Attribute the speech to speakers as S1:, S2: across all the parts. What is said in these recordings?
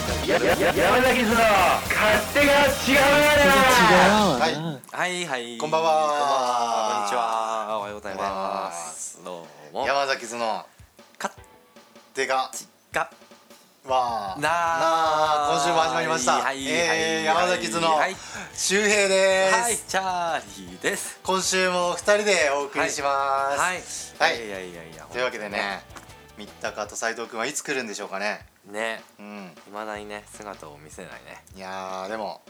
S1: 違
S2: 山崎の勝手が違う
S1: うわな、
S3: はい
S4: はいはい。
S3: こんばんは
S4: こんにちは。おはようございます。どうも。
S3: 山崎頭脳
S4: 勝
S3: 手が
S4: ちが
S3: わ
S4: な
S3: ーなー今週も始まりました、
S4: はいはい
S3: えー、山崎頭脳、
S4: はい
S3: 周平です、
S4: はい、チャーリーです。
S3: 今週も二人でお送りします、
S4: はい。
S3: はい
S4: いやいやいや。
S3: というわけでね三鷹と斉藤君はいつ来るんでしょうかね
S4: 本当に。ね。
S3: うん
S4: 未だにね、姿を見せないね。
S3: いやーでも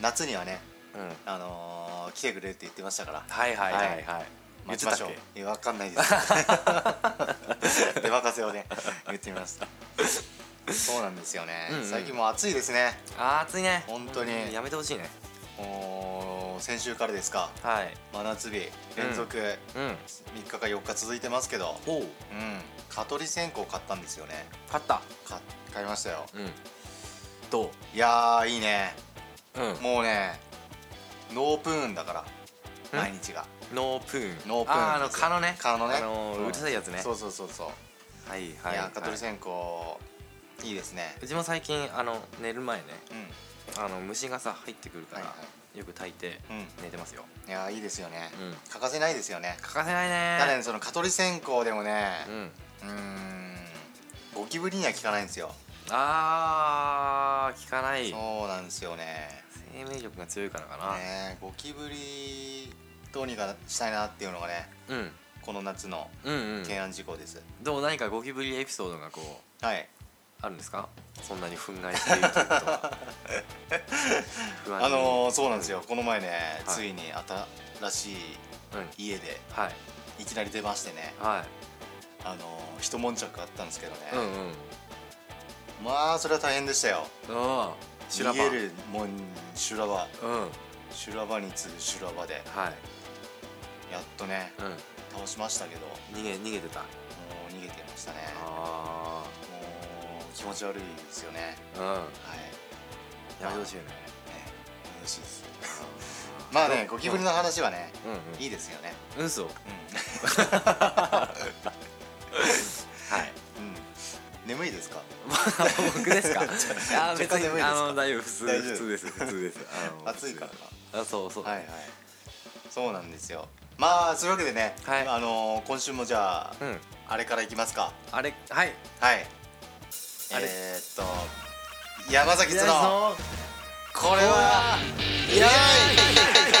S3: 夏にはね
S4: うん。
S3: あのー、来てくれって言ってましたから
S4: はいはいはい
S3: はい
S4: はい。
S3: 待ちましょう
S4: 言って
S3: いやわかんないです 手任せをね言ってみましたそうなんですよね、
S4: うんうん
S3: 最近もう暑いですね
S4: たっけあー暑いね。
S3: 本当に
S4: やめてほしいね。
S3: もう先週からですか
S4: はい。
S3: 真夏日連続3
S4: うん。
S3: 日か4日続いてますけど、
S4: おう。
S3: うん、蚊取り線香買ったんですよね
S4: 勝った。
S3: か買いましたよ
S4: うん。ど
S3: いやーいいね
S4: う。うん。
S3: もうねノープーンだから
S4: うん
S3: 毎日が
S4: ノープーン。
S3: ノープーン
S4: あーあの蚊のね。
S3: 蚊のね
S4: あのーうるさいやつね。
S3: そうそうそうそう、
S4: はい
S3: い
S4: はい。
S3: や蚊取り
S4: はい
S3: 線香、い、いですね
S4: うちも最近あの寝る前ね、
S3: う
S4: あの虫がさ入ってくるから、
S3: はいは
S4: よく炊いて
S3: んうん
S4: 寝てますよ。
S3: いやーいいですよね、
S4: うん
S3: 欠かせないですよね
S4: 欠かせない
S3: ただ
S4: ね。
S3: ねその蚊取り線香でもね
S4: うん。
S3: うーんゴキブリには効かないんですよ
S4: あー効かない。
S3: そうなんですよね
S4: 生命力が強いからかな。
S3: ねゴキブリどうにかしたいなっていうのがね
S4: うん
S3: この夏の
S4: うんうん。
S3: 提案事項です、
S4: どう何かゴキブリエピソードがこう
S3: はい
S4: あるんですか？そんなに憤慨しているということは。不安 に
S3: あのー、そうなんですよ。この前ね、
S4: はい
S3: ついに新し
S4: うん。
S3: い家で
S4: はい
S3: いきなり出ましてね
S4: はい。
S3: あのー、一悶着あったんですけどね、
S4: うんうん。
S3: まあそれは大変でしたよ
S4: ああ。修羅場。
S3: 逃
S4: う
S3: げ
S4: ん。
S3: るもん修羅場
S4: は
S3: 修羅場に次ぐ修羅場で
S4: い。
S3: やっとね
S4: う
S3: 倒しましたけども
S4: ん。逃げ逃げてた。
S3: う逃げてましたね
S4: あ
S3: もう気持ち悪いですよね
S4: あ。うん。
S3: はい
S4: やめてほしいよね。
S3: ね美味しいですまあねゴキブリの話はね
S4: うんうん。
S3: いいですよね
S4: うんそう。はい。
S3: うん、眠いですか
S4: 僕です か。あー別
S3: 若干眠いです
S4: に
S3: か
S4: あの大丈夫普通
S3: 大丈夫
S4: 普通です普通です。 あの
S3: 暑いからか
S4: 普通あそうそう。
S3: はいはいそうなんですよまあそういうわけでね、
S4: はい
S3: あのー今週もじゃあ、
S4: うん。
S3: あれからいきますか
S4: あれはい。
S3: はい
S4: あれ
S3: えー、っと山崎
S4: い
S3: つ
S4: や
S3: の
S4: そ
S3: これはイエ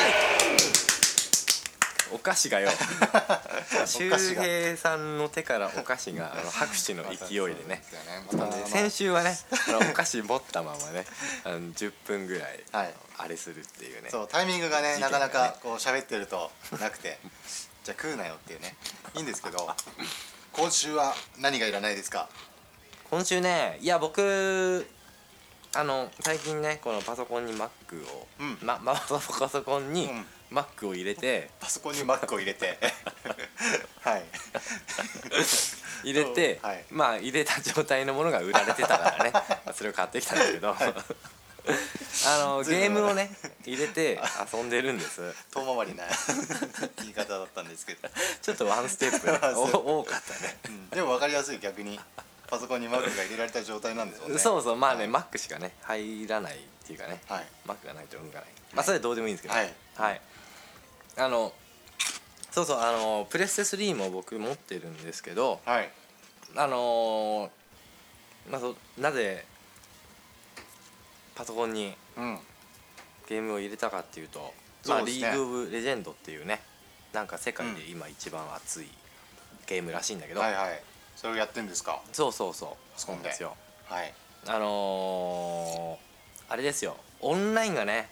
S4: うお菓子がよ。
S3: ーイ
S4: 周平さんの手からお菓子があの拍手の勢いで ね。
S3: そうなんですよねまた
S4: 先週 はね、あのお菓子持ったままね、あの10分ぐらい
S3: はい
S4: あれするっていうね。
S3: そうタイミングがね
S4: 事件
S3: な
S4: がね
S3: かなかこう喋ってるとなくて じゃあ食うなよっていうねいいんですけど今週は何がいらないですか
S4: 今週ねいや僕あの最近ねこのパソコンに Mac を、
S3: うん
S4: ままパソコンに
S3: うん
S4: Mac を入れて、
S3: パソコンにマックを入れて はい
S4: 入れて、
S3: そうはい
S4: まあ入れた状態のものが売られてたから ねそれを買ってきたんですけど、 あの
S3: ずいぶん
S4: ゲームをね入れて遊んでるんです
S3: 遠回りな 言い方だったんですけど、
S4: ちょっとワンス テップねお多かったね
S3: うんでも分かりやすい逆にパソコンにマックが入れられた状態なんですもんね
S4: そうそうまあね、
S3: はい
S4: Mac しかね入らないっていうかね、
S3: はい
S4: Mac がないと動かないまあそれはどうでもいいんですけど
S3: はい
S4: はいあのそうそうあのプレステ3も僕持ってるんですけど
S3: はい
S4: あのまあそうなぜパソコンに
S3: うん
S4: ゲームを入れたかっていうとまあ
S3: そうです
S4: リ
S3: ね
S4: ーグ・オブ・レジェンドっていうねなんか世界で今一番熱いゲームらしいんだけど、
S3: はいはいそれをやってんですか
S4: そうそうそう
S3: そ
S4: そう
S3: ね
S4: うなんですよ
S3: はい
S4: あのーあれですよオンラインがね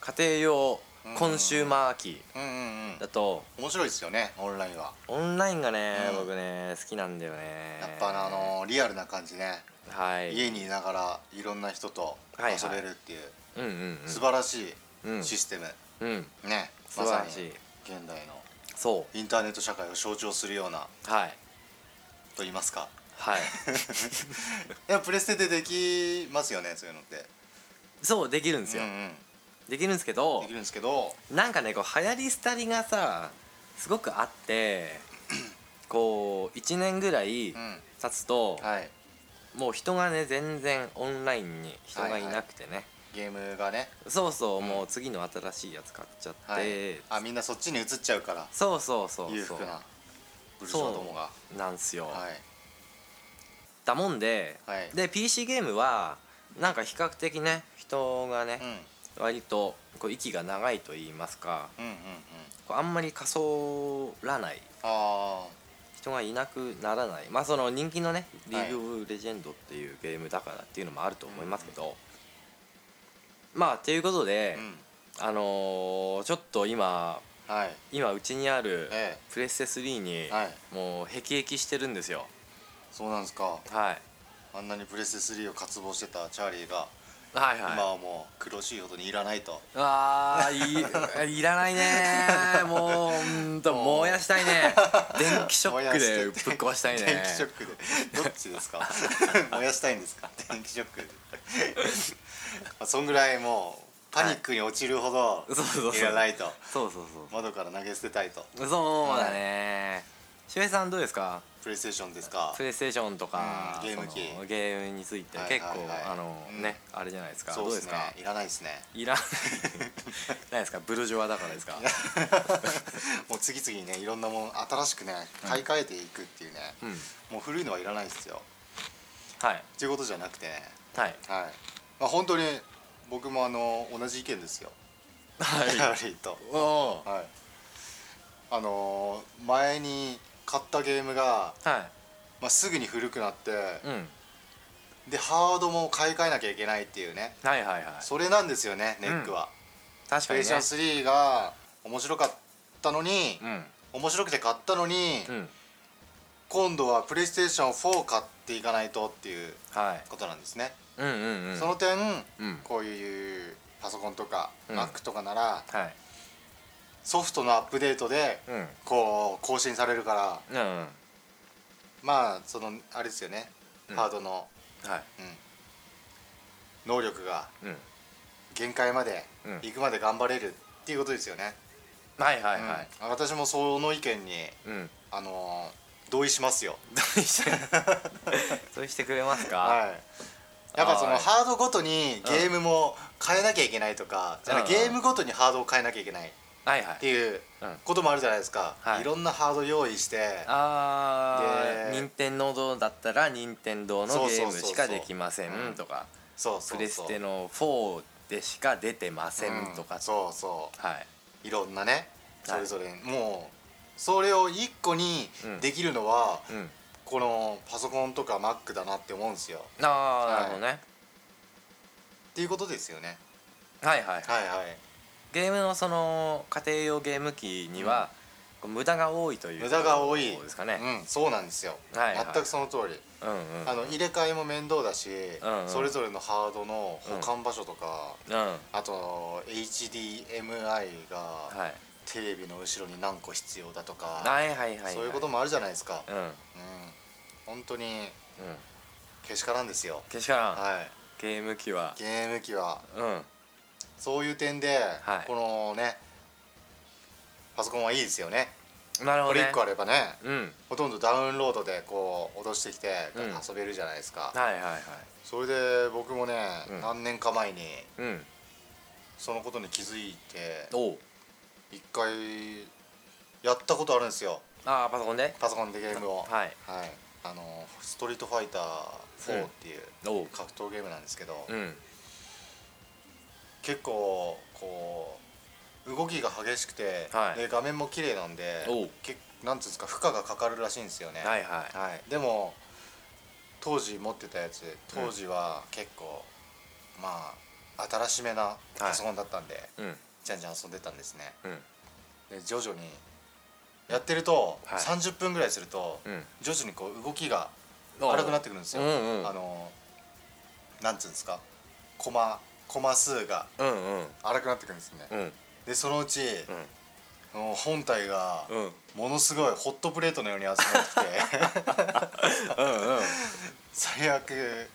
S4: 家庭用コンシューマー機
S3: うんうんうん
S4: だと
S3: 面白いですよねオンラインは
S4: オンラインがね、
S3: うん
S4: 僕ね好きなんだよね
S3: やっぱなあのリアルな感じね
S4: はい
S3: 家にいながらいろんな人と遊べるっていう
S4: うんうん
S3: 素晴らし
S4: う
S3: い
S4: ん
S3: システム
S4: うん、うん、
S3: ね
S4: 素
S3: ま
S4: 晴
S3: さ
S4: らし
S3: に
S4: い
S3: 現代の
S4: そ
S3: インターネット社会を象徴するような
S4: うはい
S3: と言いますか
S4: はい
S3: いやプレステでできますよねそういうのって
S4: そうできるんです
S3: うん
S4: よ、
S3: うん
S4: できるんですけど
S3: できるんですけど
S4: なんかねこう流行り廃りがさすごくあってこう1年ぐらい
S3: うん
S4: 経つと、
S3: はい
S4: もう人がね全然オンラインに人がいなくてね、
S3: ゲームがね
S4: そうそうもう次の新しいやつ買っちゃって、
S3: はいあみんなそっちに移っちゃうから
S4: そうそうそう
S3: 裕
S4: そう
S3: 福なブルジョワどもが
S4: そうなんすよ、
S3: はい
S4: だもんで、
S3: はい
S4: で PC ゲームはなんか比較的ね人がね
S3: う、ん
S4: 割とこう息が長いと言いますか
S3: うんうんうん
S4: こうあんまりかそらない
S3: あ
S4: 人がいなくならないまあその人気のね「リーグ・オブ・レジェンド」っていうゲームだからっていうのもあると思いますけど、まあということ
S3: あ
S4: で、
S3: うん
S4: あのーちょっと今
S3: はい
S4: 今うちにある
S3: え
S4: プレステ3に
S3: えはい
S4: もうへきしてるんですよ
S3: そうなんですか
S4: はい
S3: あんなにプレステ3を渇望してたチャーリーが
S4: はい
S3: 今
S4: は
S3: はもう苦しいほどにいらないと
S4: いあーいいらないねもううんと燃やしたいね電気ショックでぶっ壊したいね
S3: 電気ショックでどっちです か燃やしたいんですか電気ショックでまあそんぐらいもうパニックに落ちるほど
S4: そうそうそう
S3: いらないと
S4: そうそうそう
S3: 窓から投げ捨てたいと
S4: そうだねしゅえさんどうですか
S3: プレイステーションですか
S4: プレイステーションとか
S3: うんゲーム機
S4: そのゲームについて
S3: はい
S4: 結構、
S3: はいはい
S4: あの
S3: うん
S4: ね、あれじゃないですか
S3: そう
S4: どう
S3: で
S4: ですす
S3: ね
S4: か
S3: いらないですね
S4: いらないですかブルジョワだからですか
S3: もう次々にねいろんなもの新しくね買い替えていくっていうね、
S4: うん
S3: もう古いのはいらないですよ
S4: はい
S3: っていうことじゃなくてね
S4: はい
S3: はいまあ本当に僕もあの同じ意見ですよチャ
S4: はい
S3: ーリーと
S4: おお
S3: はいあのー前に買ったゲームが、
S4: は
S3: まあ、すぐに古くなって、
S4: いうん
S3: でハードも買い替えなきゃいけないっていうね
S4: はいはいはい
S3: それなんですよねネックは、
S4: 確
S3: プ
S4: か
S3: レ
S4: に
S3: イ
S4: ね
S3: ステーション3が面白かったのに、
S4: うん
S3: 面白くて買ったのに、
S4: うん
S3: 今度はプレイステーション4買っていかないとっていう
S4: はい
S3: ことなんですね、
S4: うんうんうん
S3: その点、
S4: うん
S3: こういうパソコンとか、
S4: うん
S3: Mac とかなら
S4: はい
S3: ソフトのアップデートで
S4: うんうん
S3: こう更新されるから
S4: うんは
S3: まあそのあれですよね、
S4: うん
S3: ハードの、
S4: い
S3: うん能力が
S4: うん
S3: 限界まで
S4: うん
S3: 行くまで頑張れるっていうことですよね、
S4: はいはいはい
S3: うん私もその意見に、
S4: うん
S3: あのー同意します よ
S4: どうしてどうしてくれますか
S3: はいやっぱその
S4: はい
S3: ハードごとにゲームも変えなきゃいけないとか、じゃあ
S4: うん
S3: ゲームごとにハードを変えなきゃいけないっ
S4: はいはい
S3: ていう
S4: うん
S3: こともあるじゃないですか、
S4: はい
S3: い、ろんなハード用意して
S4: ああ
S3: で
S4: 任天堂だったら任天堂の
S3: そう
S4: ゲ
S3: そ
S4: ー
S3: うそう
S4: ム
S3: そう
S4: しかできません
S3: うん
S4: とか
S3: そうそうそう
S4: プレステの4でしか出てませんとか、
S3: うんそうそ
S4: はい、
S3: ういろんなねそ
S4: はい
S3: れぞれ、もうそれを一個に
S4: うん
S3: できるのは、
S4: うん、
S3: このパソコンとか Mac だなって思うんですよ
S4: ああ、
S3: はい
S4: なるほどね
S3: っていうことですよね
S4: はいはい、はい、
S3: はいはい
S4: ゲームのその家庭用ゲーム機には、こう無駄が多いという
S3: 無駄が多い
S4: ことですかね、
S3: うん、そうなんですよ、
S4: はいはい
S3: 全くその通り
S4: うん、うんうん
S3: あの入れ替えも面倒だし、
S4: うんうん
S3: それぞれのハードの保管場所とか、
S4: うんは
S3: あと HDMI
S4: い
S3: がテレビの後ろに何個必要だとか、
S4: はいはいはい
S3: そういうこともあるじゃないですか、
S4: うんうん
S3: うん、本当にけしからんですよ、
S4: けしからん、
S3: は、
S4: ゲーム機はい
S3: ゲーム機は
S4: うん
S3: そういう点で、
S4: はい
S3: このねパソコンはいいですよね
S4: なるほ
S3: こ
S4: ど
S3: れ
S4: ね
S3: 1個あればね
S4: うん
S3: ほとんどダウンロードでこう落としてきて
S4: うん
S3: 遊べるじゃないですか、
S4: はいはいはい
S3: それで僕もね、
S4: うん
S3: 何年か前に
S4: うん
S3: そのことに気づいて
S4: おう
S3: 一回やったことあるんですよ
S4: ああパソコンで
S3: パソコンでゲームを
S4: はい
S3: はいあの「ストリートファイター4」っていう
S4: おう
S3: 格闘ゲームなんですけど、
S4: うん
S3: 結構こう動きが激しくて、
S4: はい
S3: で画面も綺麗なんで
S4: おう
S3: けなんつうんですか負荷がかかるらしいんですよね、
S4: はいはい
S3: はいでも当時持ってたやつ当時は結構、まあ新しめなパソコンだったんで、
S4: うん
S3: じゃんじゃん遊んでたんですね
S4: うん
S3: で徐々にやってると、
S4: はい
S3: 30分ぐらいすると、
S4: うん
S3: 徐々にこう動きが
S4: おう
S3: 荒くなってくるんですよ、
S4: うんうん
S3: あのなんつうんですかコマコマ数が
S4: うんうん
S3: 荒くなってくるんですね、
S4: うん
S3: でそのうち、もう本体が
S4: うんうん
S3: ものすごいホットプレートのように集まってきて最悪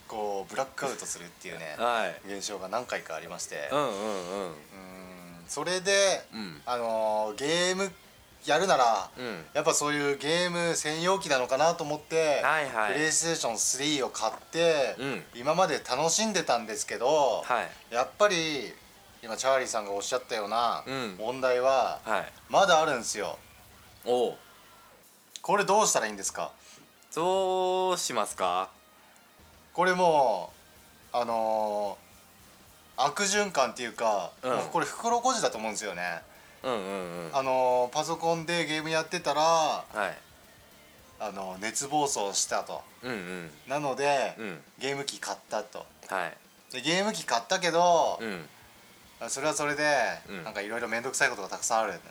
S3: こうブラックアウトするっていうね
S4: はい
S3: 現象が何回かありまして
S4: うんうんうん
S3: うーんそれで
S4: うん
S3: あのーゲームやるなら、
S4: うん
S3: やっぱそういうゲーム専用機なのかなと思って、
S4: はいはい
S3: プレイステーション3を買って、
S4: うん
S3: 今まで楽しんでたんですけど、
S4: はい
S3: やっぱり今チャーリーさんがおっしゃったような
S4: うん
S3: 問題は、
S4: はい
S3: まだあるんですよ
S4: おう
S3: これどうしたらいいんですか
S4: どうしますか
S3: これもうあのー悪循環っていうか、
S4: うん
S3: もうこれ袋小路だと思うんですよね、
S4: うんうんうんは
S3: あのーパソコンでゲームやってたら
S4: い
S3: あの熱暴走したと
S4: うんうん
S3: なので、
S4: うん
S3: ゲーム機買ったと
S4: はい
S3: でゲーム機買ったけど
S4: う、ん
S3: それはそれで、
S4: うん
S3: なんかいろいろ面倒くさいことがたくさんある
S4: はい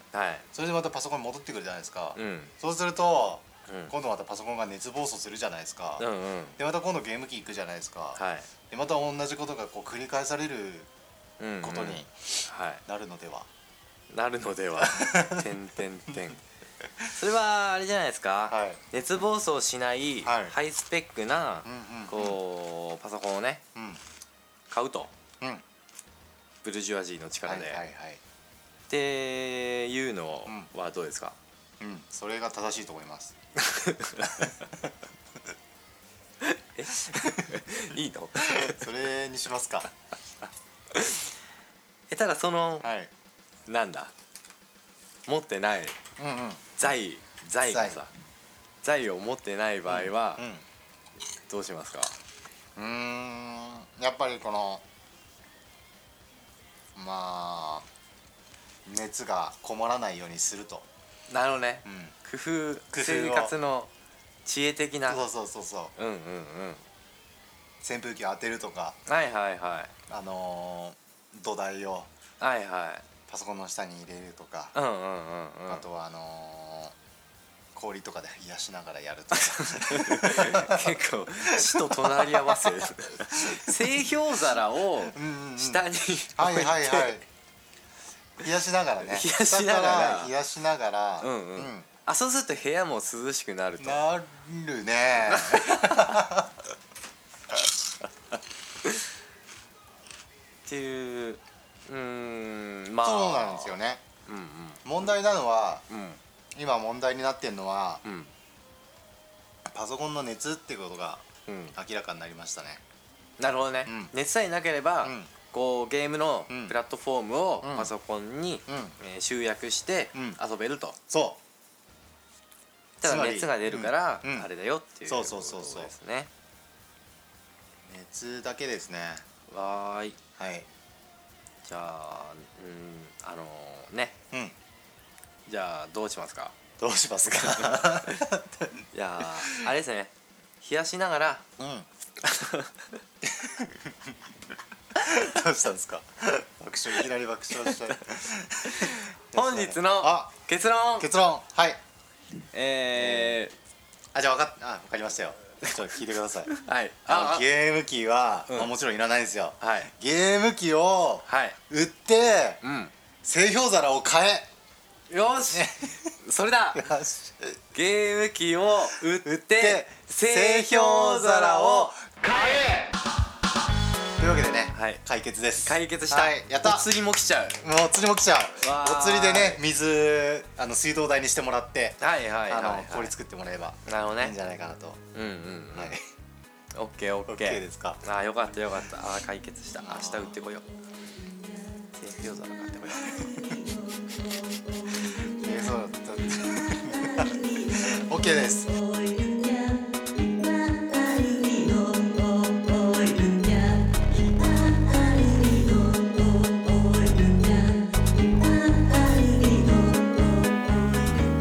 S3: それでまたパソコンに戻ってくるじゃないですか、
S4: うん
S3: そうすると、
S4: うん
S3: 今度またパソコンが熱暴走するじゃないですか、
S4: うんうん
S3: でまた今度ゲーム機行くじゃないですか、
S4: はい
S3: でまた同じことがこう繰り返される
S4: うんうん
S3: ことに
S4: は
S3: なるのでは、
S4: いなるの ではてんてんてんそれはあれじゃないですか、
S3: はい
S4: 熱暴走しない
S3: はい
S4: ハイスペックな
S3: うんうん
S4: こうパソコンをね
S3: うん
S4: 買うと
S3: うん
S4: ブルジュアジーの力
S3: はいはい
S4: で、
S3: はい
S4: っていうのはどうですか、
S3: うんそれが正しいと思います
S4: いいの
S3: それにしますか
S4: えただその、
S3: はい
S4: なんだ持ってない
S3: うんうんうん
S4: 財財がさ財を持ってない場合はどうしますか、
S3: うーんやっぱりこのまあ熱がこもらないようにすると、
S4: なるほどね、
S3: うん、
S4: 工夫
S3: 工夫を
S4: 生活の知恵的な
S3: そうそうそうそ
S4: うんうんうん
S3: う扇風機を当てるとか
S4: はいはいは
S3: あのー土台を
S4: いはいはい
S3: パソコンの下に入れるとか、
S4: うんうんうんうん
S3: あとはあのー氷とかで冷やしながらやるとか
S4: 結構死と隣り合 わせ製氷皿を
S3: うんうんうん
S4: 下に
S3: はいはいはい冷やしながらね
S4: 冷やしながら
S3: 下か冷やしながら
S4: うんうん、あそうすると部屋も涼しくなると
S3: なる ね
S4: っていううーんまあ
S3: そうなんですよね
S4: うんうん
S3: 問題なのは
S4: うん
S3: 今問題になってるのは
S4: うん
S3: パソコンの熱ってことが
S4: うん
S3: 明らかになりましたね
S4: なるほどね、
S3: うん
S4: 熱さえなければ、
S3: うん
S4: こうゲームの
S3: うん
S4: プラットフォームを
S3: うん
S4: パソコンに、
S3: うん
S4: えー集約して
S3: うん
S4: 遊べると、
S3: そ
S4: た
S3: つ
S4: だ
S3: まり
S4: 熱が出るから
S3: うんうん
S4: あれだよっていう
S3: そうそうそうそう
S4: ことですね
S3: う熱だけですね
S4: わーい
S3: はい
S4: じゃあうんあのーね
S3: うん
S4: じゃあどうしますか
S3: どうします か
S4: いやーあれですね冷やしながら
S3: うんどうしたんですか爆笑いきなり爆笑した
S4: 本日の
S3: あ
S4: 結論
S3: 結論はい
S4: え
S3: あじゃあ分かっあ分かりましたよちょっと聞いてください
S4: ー、はい
S3: あ
S4: あ
S3: のゲーム機は、
S4: うん
S3: まあ、もちろんいらないんですよ
S4: あはい
S3: ゲーム機を
S4: はい
S3: 売って
S4: うん
S3: 製氷皿を買え
S4: よし それだゲーム機を売って製氷皿を
S2: 買え
S3: というわけでね、
S4: はい
S3: 解決です
S4: 解決した、
S3: はい、やったも
S4: お釣りも来ちゃう
S3: う釣りも来ちゃう
S4: わーい
S3: お釣りでね水あの水道代にしてもらって、
S4: はいはいはい、はい
S3: あ、の氷作ってもらえば
S4: なるほどね
S3: いいんじゃないかなと、
S4: うんうんうん、
S3: はい
S4: オッケーオッケ
S3: OK
S4: ー
S3: ですか
S4: あーよかったよかったあー解決した明日売ってこよう製氷皿買ってこよ
S3: えーそうだった OK です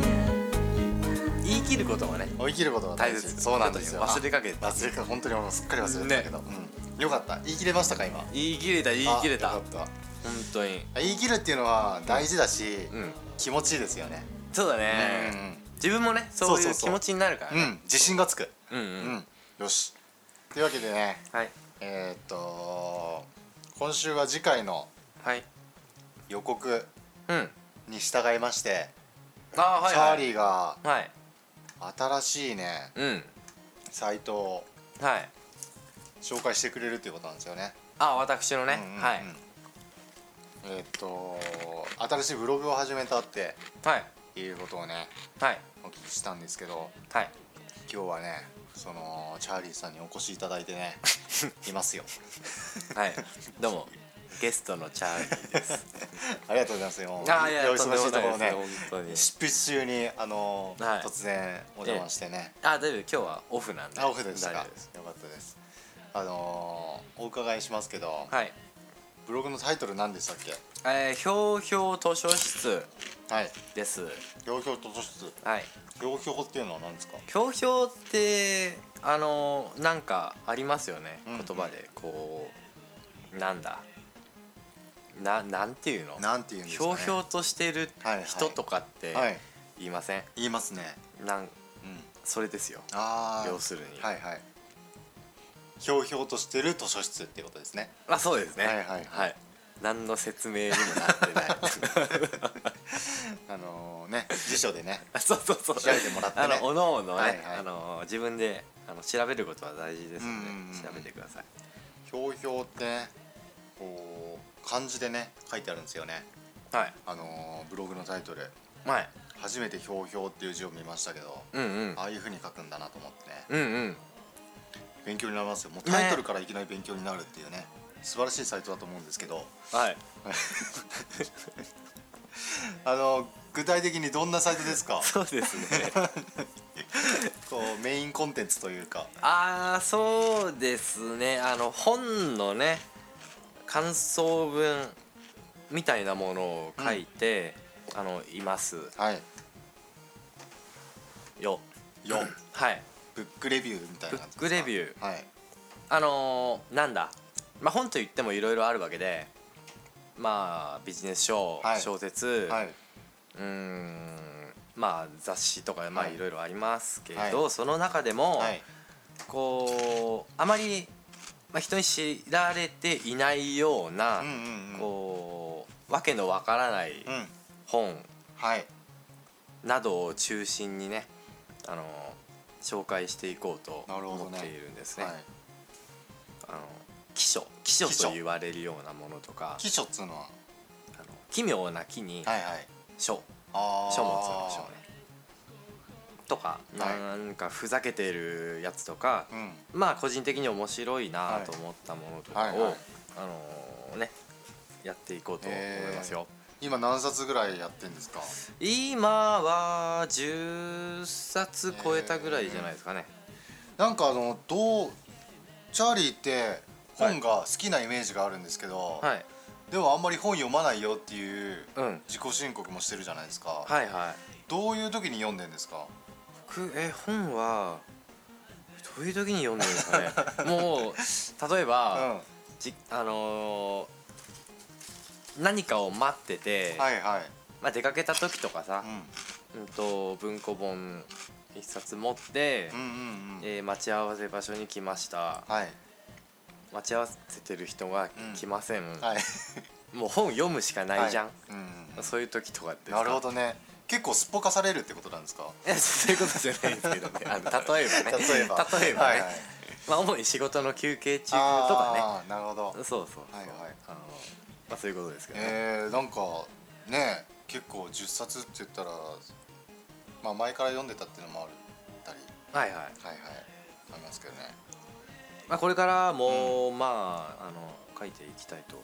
S4: う言い切ることはね
S3: 追い切ることが
S4: 大切
S3: そうなんですよ
S4: 忘れかけてた
S3: 忘れか本当に俺もすっかり忘れてたけど、うん、よかった言い切れましたか今
S4: 言い切れた言い切れた
S3: あよ
S4: 本
S3: かっ
S4: 当に
S3: た言い切るっていうのは大事だし、
S4: うん
S3: 気持ちいいですよね
S4: そうだね、
S3: うんうん
S4: 自分もねそ
S3: そ
S4: ういう
S3: そううそ
S4: 気
S3: う
S4: 持ちになるから
S3: う
S4: ね
S3: ん自信がつく
S4: うんうん、
S3: うん、よしというわけでね
S4: はい
S3: えー、っと今週は次回の
S4: はい
S3: 予告
S4: うん
S3: に従いまして、
S4: ああはい
S3: チャーリ
S4: はい
S3: ーが
S4: はい
S3: 新しいね
S4: うん
S3: サイトを
S4: はい
S3: 紹介してくれるということなんですよね。
S4: あ私のね、
S3: うんうんうん
S4: はい
S3: えーっと新しいブログを始めたって
S4: はい
S3: っていうことをね
S4: はい
S3: お聞きしたんですけど
S4: はい
S3: 今日はねそのチャーリーさんにお越しいただいてね いますよ
S4: はい どうもゲストのチャーリーです
S3: ありがとうございますよ
S4: あーいやいや
S3: お忙しいところね
S4: とんでもないです本当に
S3: 執筆中にあの、
S4: はい
S3: 突然お邪魔してね、
S4: あ大丈夫今日はオフなんで
S3: あオフでした
S4: 大
S3: か
S4: 丈夫です
S3: よかったですあのーお伺いしますけど、
S4: はい
S3: ブログのタイトル何でしたっけ
S4: えー、ひょうひょう図書室
S3: はい
S4: です
S3: 行表と図室
S4: はい
S3: 行表っていうのは何ですか
S4: ひょうひょうってあのなんかありますよね、
S3: うん
S4: 言葉でこうなんだななんていうの
S3: なんていうんです
S4: ひ
S3: かね
S4: ょうひょうとしてる
S3: はいはい
S4: 人とかって
S3: はい
S4: 言いません、
S3: 言いますね
S4: なん
S3: うん
S4: それですよ
S3: ああ
S4: 要するに、
S3: はいはいひょうひょうとしてる図書室っていうことですね
S4: まあそうですね
S3: はいはいはい
S4: 何の説明にも なってない
S3: あのーね辞書でね
S4: そうそうそう
S3: 調べてもらってね
S4: あのおのおのね、
S3: はいはい
S4: あの自分であの調べることは大事ですので、
S3: うんうんうん
S4: 調べてください
S3: ひょうひょうってねこう漢字でね書いてあるんですよね
S4: はい
S3: あのーブログのタイトル
S4: はい
S3: 初めてひょうひょうっていう字を見ましたけど
S4: うんうん
S3: ああいうふうに書くんだなと思ってね
S4: うんうん
S3: 勉強になりますよもうタイトルからいきなり勉強になるっていうね素晴らしいサイトだと思うんですけど
S4: はい
S3: あの具体的にどんなサイトです か
S4: そうですね
S3: こうメインコンテンツというか
S4: ああそうですねあの本のね感想文みたいなものを書いて、あのいます
S3: はい
S4: よ
S3: 4
S4: はい
S3: ブックレビューみたいな感じですか
S4: ブックレビュー
S3: はい
S4: あのーなんだ、まあ、本といってもいろいろあるわけでまあビジネス書、
S3: はい
S4: 小説、
S3: はいう
S4: ーんまあ雑誌とかまあ
S3: はい
S4: いろいろありますけど、
S3: は
S4: その中でも、
S3: はい
S4: こうあまり、まあ、人に知られていないような、
S3: うんうんうん
S4: こうわけのわからない
S3: うん
S4: 本
S3: はい
S4: などを中心にねあの紹介していこうと
S3: なるほど
S4: 思
S3: ね
S4: っているんですね。
S3: はい
S4: あの奇書奇書
S3: 奇書
S4: と言われるようなものとか
S3: 記書っつうのは
S4: あの奇妙な木に
S3: はいはい
S4: 書、
S3: ああ
S4: 書物の書ねとか、
S3: はい
S4: なんかふざけてるやつとか、
S3: うん
S4: まあ個人的に面白いな
S3: はい
S4: と思ったものとかを、
S3: はいはい
S4: あのーねやっていこうと思いますよ。
S3: 今何冊ぐらいやってんですか
S4: 今は10冊超えたぐらいじゃないですかね。
S3: なんかあのどうチャーリーって本が好きなイメージがあるんですけど、
S4: はい、
S3: でもあんまり本読まないよっていう
S4: うん、
S3: 自己申告もしてるじゃないですか、
S4: はいはい。
S3: どういう時に読んでんですか
S4: 僕え本はどういう時に読んでるんですか ね。もう例え
S3: う
S4: ば、
S3: ん
S4: じあのー何かを待ってて、
S3: はいはい、
S4: まあ、出かけた時とかさ
S3: う、ん、
S4: うんと文庫本一冊持って、
S3: うんうんうん
S4: えー待ち合わせ場所に来ました
S3: はい
S4: 待ち合わせてる人が
S3: うん
S4: 来ません、
S3: はい
S4: もう本読むしかないじゃん、
S3: はいうんうんうん
S4: そういう時とかですか
S3: なるほどね結構すっぽかされるってことなんですか
S4: いやそういうことじゃないですけどねあの 例えばね
S3: 例えば
S4: 例えばね
S3: はいはい、
S4: まあ、主に仕事の休憩中とか
S3: あーなるほど
S4: ねそうそうそう、
S3: はいはい
S4: あのまあ、そういうことですけどね、
S3: えー、なんかね結構10冊って言ったらまあ前から読んでたっていうのもあるたり
S4: はいはい
S3: はいはいありますけどね
S4: まあ、これからも、まああの書いていきたい と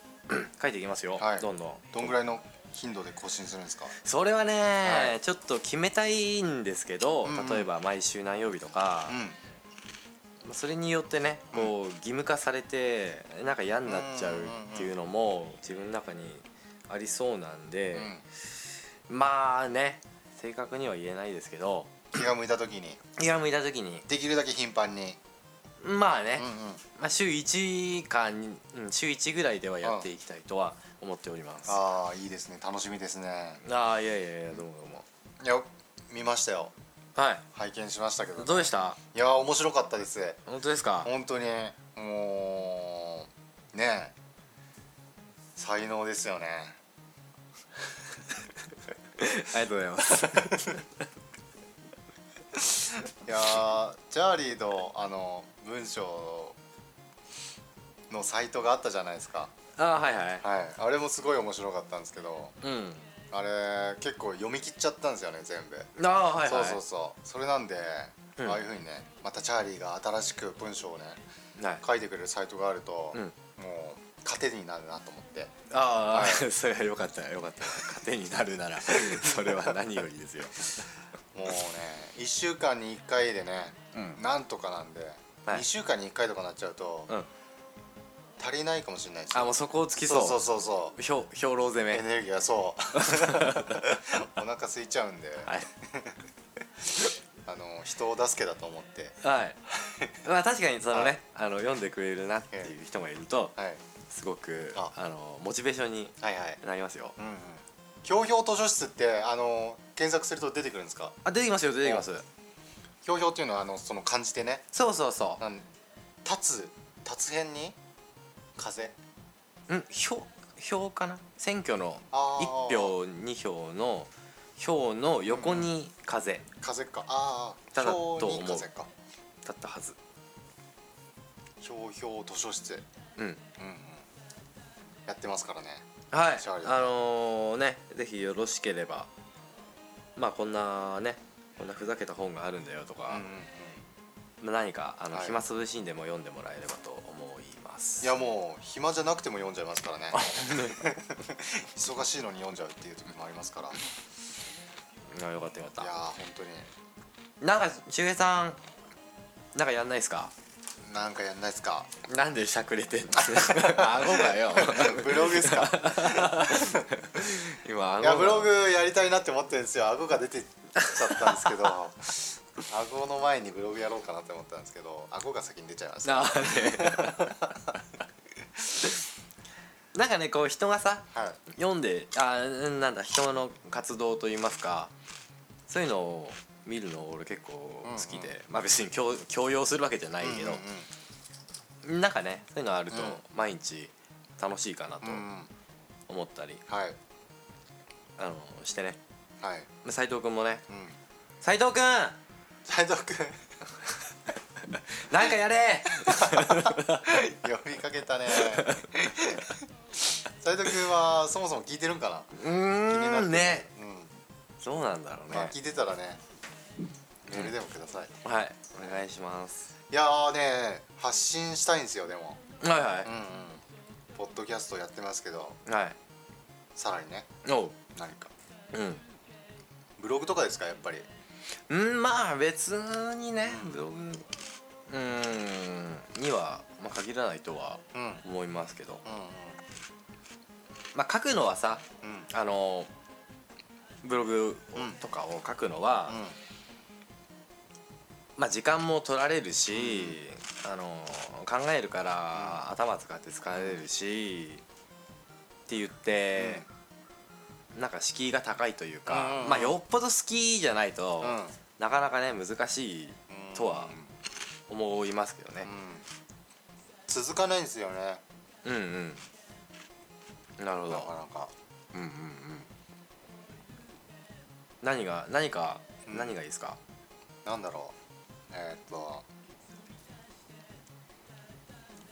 S4: 書いていきますよ、
S3: はい
S4: どんどん
S3: どんぐらいの頻度で更新するんですか
S4: それはね、
S3: はい
S4: ちょっと決めたいんですけど、
S3: うんうん
S4: 例えば毎週何曜日とか、
S3: う
S4: まあそれによってねこう義務化されてなんか嫌になっちゃうっていうのも自分の中にありそうなんで
S3: ん、うん、
S4: まあね正確には言えないですけど
S3: 気が向いた時に
S4: 気が向いた時に
S3: できるだけ頻繁に
S4: まあね、
S3: うんうん
S4: まあ、週1かに、うん、週1ぐらいではやっていきたいとは思っております。あ
S3: ああいいですね楽しみですね
S4: あーいやいやいやどうもどうも
S3: いや見ましたよ
S4: はい
S3: 拝見しましたけど
S4: どうでした
S3: いやー面白かったです
S4: 本当ですか
S3: 本当にもうねえ才能ですよね
S4: ありがとうございます
S3: いやージャーリーのあの文章のサイトがあったじゃないですか
S4: あーはいはい
S3: はいあれもすごい面白かったんですけど
S4: うん
S3: あれ結構読み切っちゃったんですよね全部、
S4: ああはい
S3: そ
S4: はい
S3: うそうそうそれなんで、
S4: うん
S3: ああいうふうにねまたチャーリーが新しく文章をね
S4: はい
S3: 書いてくれるサイトがあると、
S4: うん
S3: もう糧になるなと思って
S4: あ
S3: は
S4: あ、 それはよかったよかった糧になる ならそれは何よりですよ
S3: もうね1週間に1回でね、
S4: うん
S3: なんとかなんで、
S4: はい
S3: 2週間に1回とかなっちゃうと、
S4: うん
S3: 足りないかもしれないです
S4: あもうそこをつきそう
S3: そうそうそう
S4: ひょ兵糧攻め
S3: エネルギーが そうお腹空いちゃうんで、
S4: はい
S3: あの人を助けだと思って
S4: はいまあ確かにその
S3: は
S4: ねあの読んでくれるなっていう人がいると
S3: はい
S4: すごく
S3: あ
S4: あのモチベーションに
S3: はいはい
S4: なりますよ
S3: うんうんひょうひょう図書室ってあの検索すると出てくるんですか
S4: あ出てきますよ出てきます
S3: ひょうひょうっていうのはあのその漢字でね
S4: そうそうそ
S3: なん立つ立つ辺に風
S4: ううん票票かな選挙の
S3: あ
S4: 一
S3: ー
S4: 票二票の票の横に風
S3: 風かああ
S4: ただ
S3: ひょう
S4: と
S3: に
S4: 思う
S3: 風か
S4: だったはず
S3: ひょうひょう図書室
S4: うん
S3: うんうんやってますからね
S4: はい
S3: シャーリー
S4: あのーねぜひよろしければまあこんなねこんなふざけた本があるんだよと
S3: うん
S4: か
S3: うん、うん
S4: まあ何かあの
S3: はい
S4: 暇つぶしんでも読んでもらえればと思います
S3: いやもう暇じゃなくても読んじゃいますからね忙しいのに読んじゃうっていう時もありますからい
S4: あよかったよか
S3: やー
S4: っ
S3: 本当に
S4: たなんかしゅうへいさんなんかやんないですか
S3: なんかやんないっす か
S4: なんでしゃくれて んの顎がよ
S3: ブログっすか
S4: 今顎
S3: い
S4: が
S3: やブログやりたいなって思ってるんですよ顎が出てっちゃったんですけど顎の前にブログやろうかなって思ったんですけど顎が先に出ちゃいました
S4: な なんかねこう人がさ
S3: はい
S4: 読んであうんなんだ人の活動といいますかそういうのを見るの俺結構好きで、
S3: うん
S4: まあ別に強強要するわけじゃないけど、
S3: うん
S4: なんかねそういうのあると
S3: うん
S4: 毎日楽しいかなと
S3: うんうん、うん
S4: 思ったり、
S3: はい
S4: あのしてね
S3: はい
S4: 斉藤君もね
S3: うん
S4: 斉藤君
S3: 斉藤君
S4: なんかやれ
S3: 呼びかけたね斉藤君はそもそも聞いてるんかな
S4: う
S3: 気になって
S4: ー
S3: る
S4: んね
S3: うん
S4: どうなんだろうね
S3: まあ聞いてたらねメールでもください、
S4: はいお願いします
S3: いやーね発信したいんですよでも
S4: はいは
S3: うんうんポッドキャストやってますけど
S4: いはい
S3: さらにね
S4: おう
S3: 何か
S4: うん
S3: ブログとかですかやっぱり
S4: うんまあ別にねブログうんには、まあ、限らないとは
S3: うんうんうん
S4: 思いますけど、まあ、書くのはさ
S3: うん
S4: あのブログ
S3: うん
S4: とかを書くのは、まあ、時間も取られるし、あの考えるから頭使って疲れるし、って言って、なんか敷居が高いというか、
S3: うんうんうん
S4: まあ、よっぽど好きじゃないと、
S3: うんうん
S4: なかなかね難しいとは
S3: うん
S4: 思いますけどね
S3: う、ん続かないんですよね
S4: うん、うんなるほ
S3: なか
S4: ど、
S3: なか
S4: うんうんうん、何が何か、
S3: うん
S4: 何がいいですか
S3: なんだろうえーっと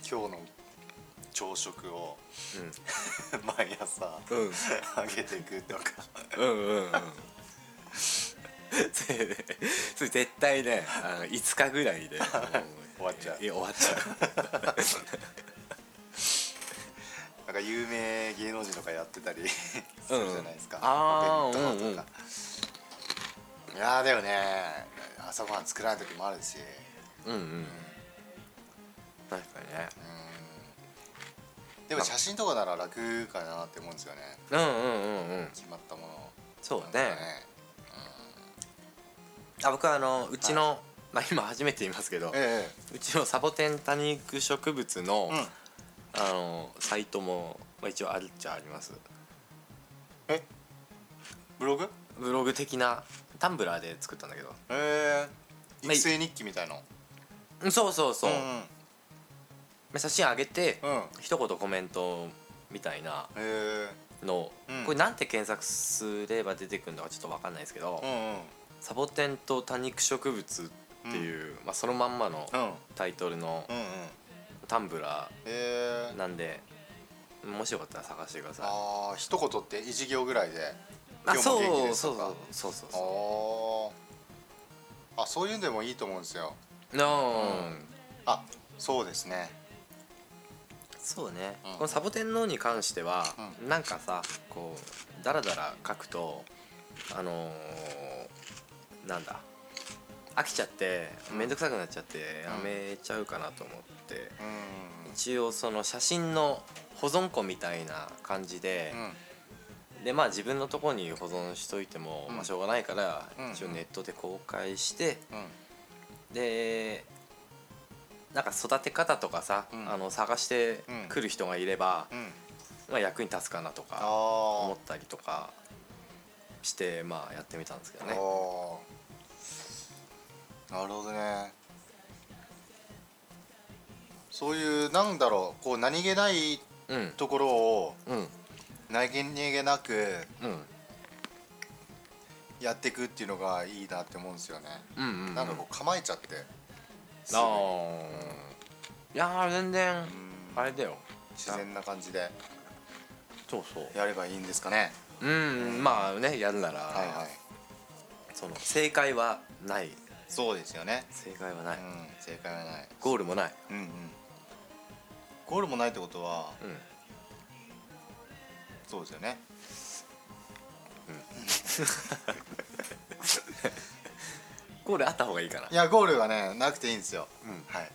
S3: 今日の朝食を 毎朝
S4: うんうん
S3: あげていくとか
S4: うんうんうんそれそれ絶対ねあの5日ぐらいでも
S3: 終わっちゃう
S4: いや終わっちゃ
S3: なんか有名芸能人とかやってたり す
S4: う
S3: る
S4: んうん
S3: じゃないですか、
S4: あー
S3: お弁当とか、
S4: うんうん
S3: いやーでもね朝ごはん作らない時もあるし
S4: ううんうん確かにね
S3: うんでも写真とかなら楽かなって思うんですよね
S4: うんうんうんうん
S3: 決まったものを
S4: そう
S3: なんか
S4: ねあ僕はあのうちの、まあ今初めて言いますけど
S3: え
S4: うちのサボテン多肉植物の、
S3: えうん
S4: あのサイトも、まあ、一応あるっちゃあります
S3: えブログ
S4: ブログ的なタンブラーで作ったんだけど
S3: ええ
S4: まあ
S3: 育成日記みたいの
S4: うんそうそうそう、ま
S3: ん
S4: あ写真上げて、
S3: うんうん
S4: 一言コメントみたいな
S3: え
S4: の、
S3: うん
S4: これなんて検索すれば出てくるのかちょっと分かんないですけど、
S3: えうんうん
S4: サボテンと多肉植物っていう、まあ、そのまんまの
S3: うん
S4: タイトルの
S3: うんうん
S4: タンブラ
S3: ええ
S4: ーなんでもしよかったら探してくださ
S3: ああ一言って一行ぐらいで
S4: あ
S3: 今日も
S4: そう
S3: 元気です
S4: そ
S3: と
S4: うそ
S3: か
S4: うそうそうそ
S3: おあそういうのでもいいと思うんですよ
S4: うの
S3: あそうですね
S4: そうね、
S3: うん
S4: このサボテンのに関しては、なんかさこうダラダラ書くとあのーなんだ飽きちゃって
S3: うん
S4: 面倒くさくなっちゃってや
S3: うん
S4: めちゃうかなと思って、
S3: うん
S4: 一応その写真の保存庫みたいな感じで、
S3: うん
S4: でまあ自分のとこに保存しといても、
S3: うん
S4: まあ、しょうがないから、
S3: うん
S4: 一応ネットで公開して、
S3: うん
S4: でなんか育て方とかさ、
S3: うん
S4: あの探してくる人がいれば、
S3: うん
S4: まあ、役に立つかなとか。思
S3: あ
S4: ったりとかしてまあやってみたんですけど
S3: あ、
S4: ね
S3: おーなるほどねそういうなんだろうこう何気ない
S4: うん
S3: ところを
S4: うん
S3: 何気なく
S4: うん
S3: やっていくっていうのがいいなって思うんですよね、
S4: うんうん
S3: なんかこう構えちゃってす
S4: あ
S3: ぐ
S4: ーいやー全
S3: う
S4: 然
S3: ん
S4: あれだよ
S3: 自然な感じで
S4: そうそう
S3: やればいいんですかね
S4: うんまあねやるな
S3: はいは
S4: ら
S3: い
S4: その正解はない
S3: そうですよね
S4: 正解は
S3: う
S4: ない
S3: ん正解はない
S4: ゴールもない
S3: うんうんゴールもないってことは
S4: うん
S3: そうですよね
S4: ゴールあった方がいいか
S3: いやゴールはねなくていいんですよ
S4: うん
S3: はい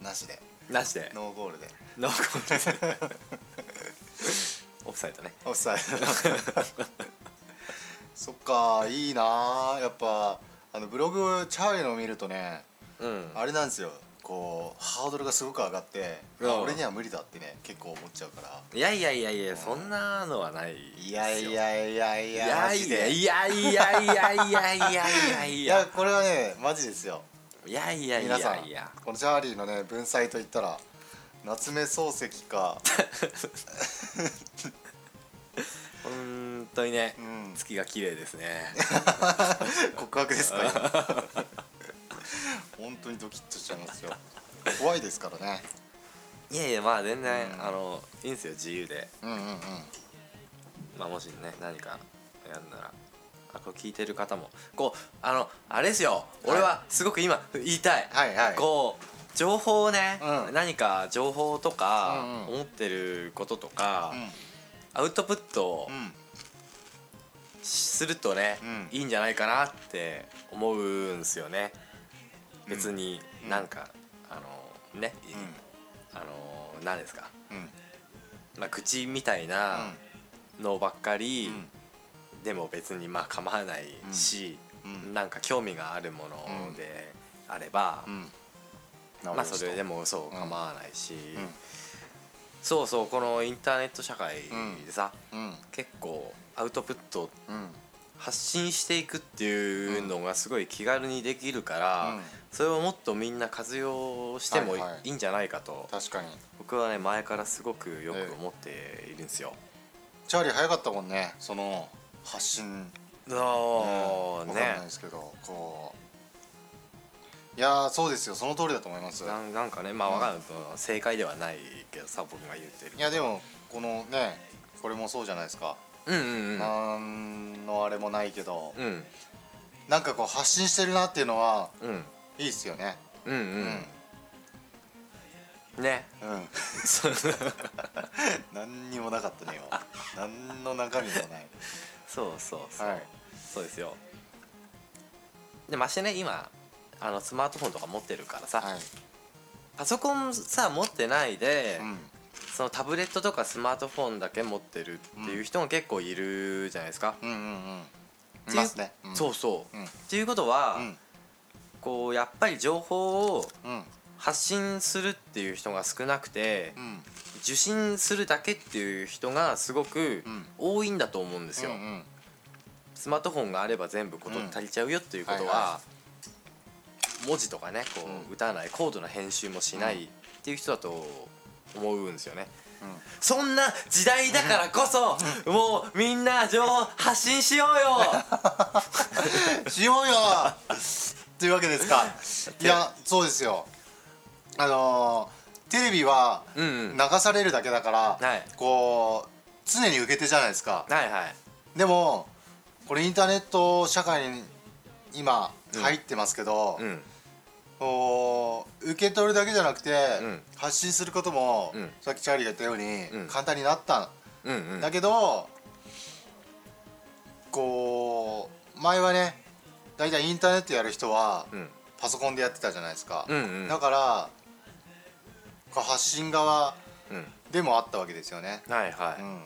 S3: なしで
S4: ななしで
S3: ノーゴールで
S4: ノーゴールです オフサイドね
S3: オフサイド そっかいいなやっぱあのブログチャーリーの見るとね
S4: うん
S3: あれなんですよこうハードルがすごく上がって
S4: うん
S3: あ俺には無理だってね結構思っちゃうから
S4: いやいやいやいやそんなのはないですよ
S3: いやいやいやい
S4: い
S3: や
S4: や
S3: マ
S4: い
S3: ジ
S4: や
S3: で
S4: いやいやいやいやいやいやい
S3: い
S4: や
S3: やこれはねマジですよ
S4: いやいやいや
S3: 皆さん
S4: いや
S3: このチャーリーのね文才といったら夏目漱石か
S4: 本当にね、
S3: うん
S4: 月が綺麗ですね
S3: 告白ですか今 本当にドキッとしちゃいますよ怖いですからね
S4: いやいやまあ全然、
S3: うん
S4: あのいいんですよ自由で
S3: うんうんうん
S4: まあもしね何かやるならあこれ聞いてる方もこうあのあれですよ俺はすごく今言いたい、
S3: はいはい
S4: こう情報をね、
S3: うん
S4: 何か情報と
S3: う
S4: か、
S3: んうん
S4: 思ってることとか、
S3: うん
S4: アウトプットを
S3: うん
S4: するとね、
S3: うん
S4: いいんじゃないかなって思うんすよね別に
S3: うん
S4: なんか、あのね、
S3: う
S4: あの何ですか、
S3: んうん
S4: まあ、愚痴みたいなのばっかり、
S3: うん
S4: でも別にまあ構わないし、
S3: うんうん
S4: なんか興味があるものであれば、
S3: うんなるほど
S4: まあそれでもそう
S3: うん
S4: 構わないし、
S3: うん
S4: そうそうこのインターネット社会でさ、
S3: うん
S4: 結構アウトプット
S3: うん
S4: 発信していくっていうのがすごい気軽にできるから、
S3: うん
S4: それをもっとみんな活用してもい
S3: はいはい
S4: いんじゃないかと、
S3: 確かに
S4: 僕はね前からすごくよく思っているんですよ。
S3: チャーリー早かったもんねその発信
S4: あ
S3: わ
S4: あ
S3: かんない
S4: ね
S3: ですけどこういやーそうですよその通りだと思います
S4: ないんなんかねまあわかんない、正解ではないけどさ僕が言ってる
S3: やでもこのねこれもそうじゃないですか、
S4: うんうんうん
S3: なんのあれもないけど、
S4: うん
S3: なんかこう発信してるなっていうのは
S4: うん
S3: いいっすよね
S4: うんうんね
S3: うん、うん、
S4: そう
S3: 何にもなかったね 今何の中身もない
S4: そうそうそう、
S3: はい
S4: そうですよでましてね今あのスマートフォンとか持ってるからさ、
S3: はい、
S4: パソコンさ持ってないで、
S3: うん、
S4: そのタブレットとかスマートフォンだけ持ってるっていう人も結構いるじゃないですか、
S3: うんうんうん
S4: って
S3: い
S4: いう
S3: ますね、ん、
S4: そうそう、
S3: うん
S4: っていうことは、
S3: うん
S4: こうやっぱり情報を
S3: うん
S4: 発信するっていう人が少なくて、
S3: うん
S4: 受信するだけっていう人がすごく
S3: うん
S4: 多いんだと思うんです
S3: うん
S4: よ、
S3: うん
S4: スマートフォンがあれば全部こと足りちゃうよっていうことは,、
S3: うんはいは
S4: 文字とかねこ
S3: うん
S4: う歌わない高度な編集もしないっていう人だと思うんですよね、
S3: うん
S4: そんな時代だからこそもうみんな情報発信しよう よ
S3: しよう よというわけですかいやそうですよあのーテレビは
S4: うんうん
S3: 流されるだけだから、
S4: はい
S3: こう常に受け手じゃないですか
S4: はいはい
S3: でもこれインターネット社会に今入ってますけど、
S4: うん
S3: こう受け取るだけじゃなくて、
S4: うん
S3: 発信することも、
S4: うん
S3: さっきチャーリーが言ったように、
S4: うん
S3: 簡単になった
S4: うんうんん
S3: だけど、こう前はね大体インターネットやる人は、
S4: うん
S3: パソコンでやってたじゃないですか、
S4: うんうん
S3: だからこう発信側
S4: うん
S3: でもあったわけですよね、
S4: はいは
S3: う
S4: い
S3: ん、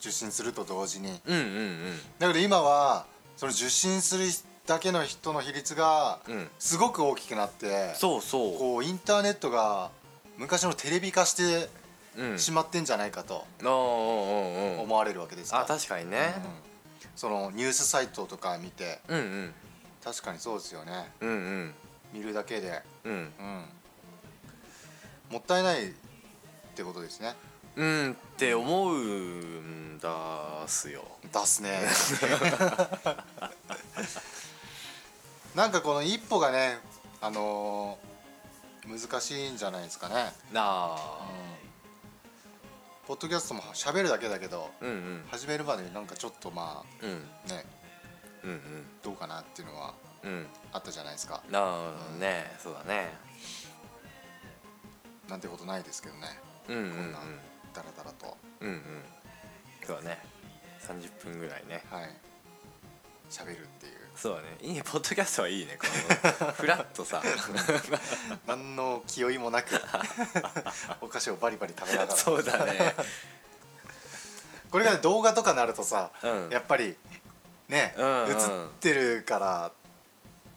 S3: 受信すると同時に
S4: うんうん
S3: だけど今はその受信するだけの人の比率が
S4: うんうん
S3: すごく大きくなって、
S4: そうそ
S3: こうインターネットが昔のテレビ化して
S4: ううん
S3: しまってんじゃないかと
S4: おーおーおーおー
S3: 思われるわけです
S4: あ確かにね
S3: うんそのニュースサイトとか見て
S4: うんうん
S3: 確かにそうですよね
S4: うんうん
S3: 見るだけで、
S4: うん
S3: うん、もったいないってことですね
S4: うんって思うんだすよ
S3: 出すね なんかこの一歩がねあのー難しいんじゃないですかね、
S4: な
S3: うん
S4: あ、
S3: ポッドキャストも喋るだけだけど
S4: うんうん
S3: 始めるまでになんかちょっとま
S4: うん
S3: あね
S4: うん
S3: どうかなっていうのは
S4: うんうん
S3: あったじゃないですか
S4: なあねそうだね
S3: なんてことないですけどね
S4: うんうんう
S3: こん
S4: ん
S3: なダラダラと
S4: うんうんそうだね30分ぐらいね
S3: はい喋るっていう
S4: そうだねいいねポッドキャストはいいねこのフラッと さ
S3: 何の気負いもな くお菓子をバリバリ食べながら
S4: そうだね
S3: これがね動画とかなるとさ、
S4: うん
S3: やっぱりね、
S4: うんう
S3: 映
S4: ん
S3: ってるから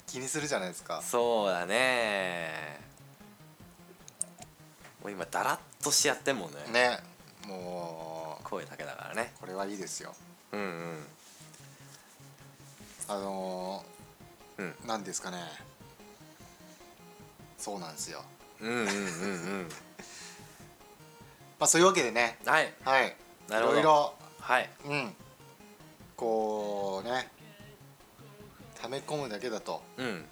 S3: 気にするじゃないですか
S4: そうだねもう今だらっとしてやってんもんね
S3: ねもう
S4: 声だけだからね
S3: これはいいですよ
S4: うんうん
S3: あの
S4: うん
S3: ー、なんですかねそうなんですよ
S4: うんうんうんうん
S3: まあそういうわけでね
S4: はい
S3: はい
S4: なるほど
S3: いろ
S4: はい
S3: いろうんこうね溜め込むだけだと
S4: うん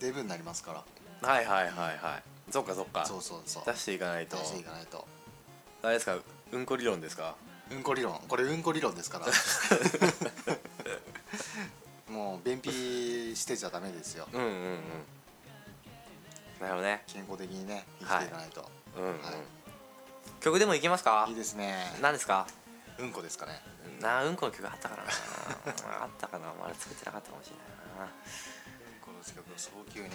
S3: デブになりますから
S4: はいはいはいはいそっかそっか
S3: そうそうそう
S4: 出していかないと
S3: 出していかないと
S4: あれですかうんこ理論ですか
S3: うんこ理論これうんこ理論ですから もう便秘してちゃダメですよ
S4: うんうんうんなるほどね
S3: 健康的にね生きていかないと、
S4: うんうん、
S3: は
S4: 曲でもいきますか
S3: い、いですね
S4: 何ですか
S3: うんこですかね
S4: な うんこの曲あったかなあったかなあれ作ってなかったかもしれな
S3: う
S4: いな
S3: んこの曲を早急に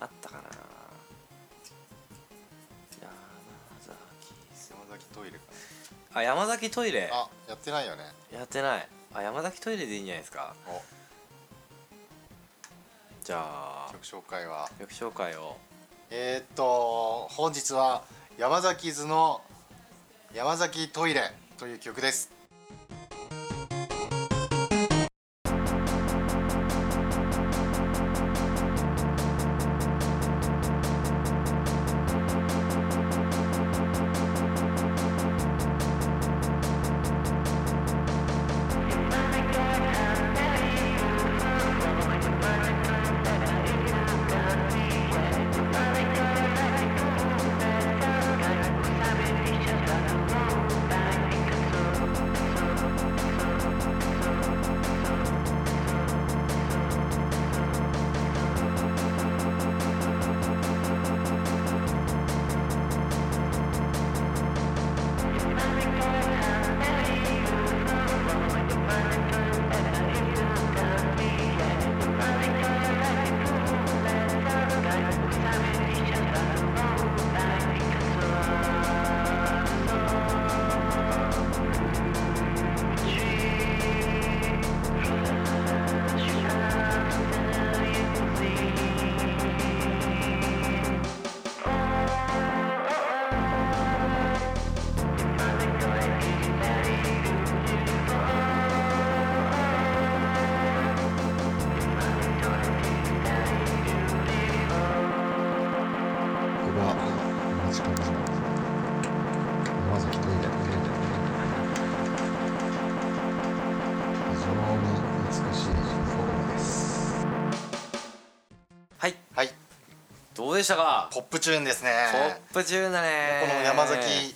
S4: あったかな山崎
S3: 山崎トイレか
S4: あ山崎トイレ
S3: あやってないよね
S4: やってないあ山崎トイレでいいんじゃないですか
S3: お
S4: じゃあ
S3: 曲紹介は
S4: 曲紹介を
S3: えー、っと本日は山崎図の山崎トイレという曲です
S1: 僕は同じ感じの山崎トイレトイレ非常に美しいフォームです
S4: はい
S3: はい
S4: どうでしたか
S3: ポップチューンですね
S4: トップ中だ
S3: こ
S4: ね
S3: の山崎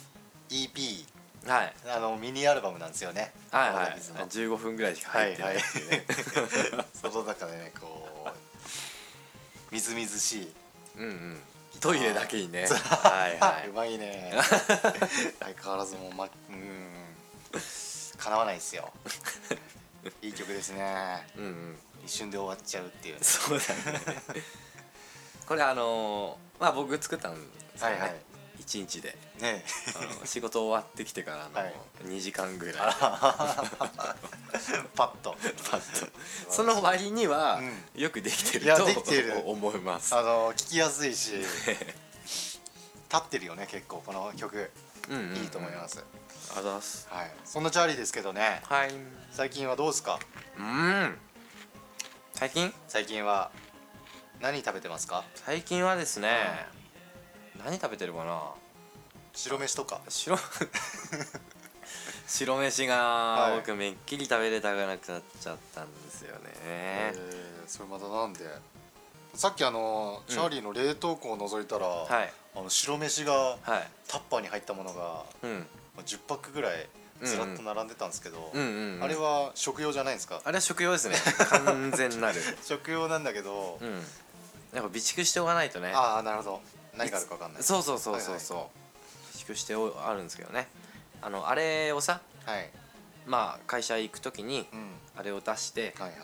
S3: EP
S4: はい
S3: あのミニアルバムなんですよね
S4: はいは
S3: ワダ
S4: い
S3: ビズの
S4: 15分ぐらいしか入ってない
S3: はいその中でねこうみずみずしい、
S4: うんうんトイレだけにねはいは
S3: あう
S4: い
S3: まい ね相変わらずもう,、ま、うんかなわないですよいい曲ですね
S4: うんうん
S3: 一瞬で終わっちゃうっていうね
S4: そうだねこれあのーまあ僕作ったんですよ
S3: はいはい
S4: ね一日で
S3: ね
S4: あの仕事終わってきてから
S3: はい
S4: の2時間ぐらい
S3: パッと
S4: パッとその割にはよくできて
S3: いや
S4: ると
S3: できてる
S4: 思います
S3: あの聞きやすいし立ってるよね結構この曲
S4: うんうんうん
S3: いいと思います、
S4: ありがとうございます
S3: はいそんなチャーリーですけどね
S4: はいう
S3: 最近はどうですか
S4: ん最近
S3: 最近は何食べてますか
S4: 最近はですね何食べてるかな
S3: 白飯とか
S4: 白 白飯
S3: は
S4: が
S3: い
S4: 僕めっきり食べれたくなくなっちゃったんですよね
S3: えーそれまたなんでさっきあのチャーリーの冷凍庫を覗いたら、
S4: はい
S3: あの白飯が
S4: はい
S3: タッパーに入ったものが
S4: うん
S3: まあ10パックぐらいずらっと並んでたんですけど、
S4: うんうんうん
S3: あれは食用じゃないんですか
S4: あれは食用ですね完全なる
S3: 食用なんだけど、
S4: うんやっぱ備蓄しておかないとね
S3: ああなるほど何があるか分かんない
S4: そうそうそうそうそう、備蓄しておあるんですけどねあのあれをさ
S3: はい
S4: まあ会社行く時に
S3: うん
S4: あれを出して
S3: はいはい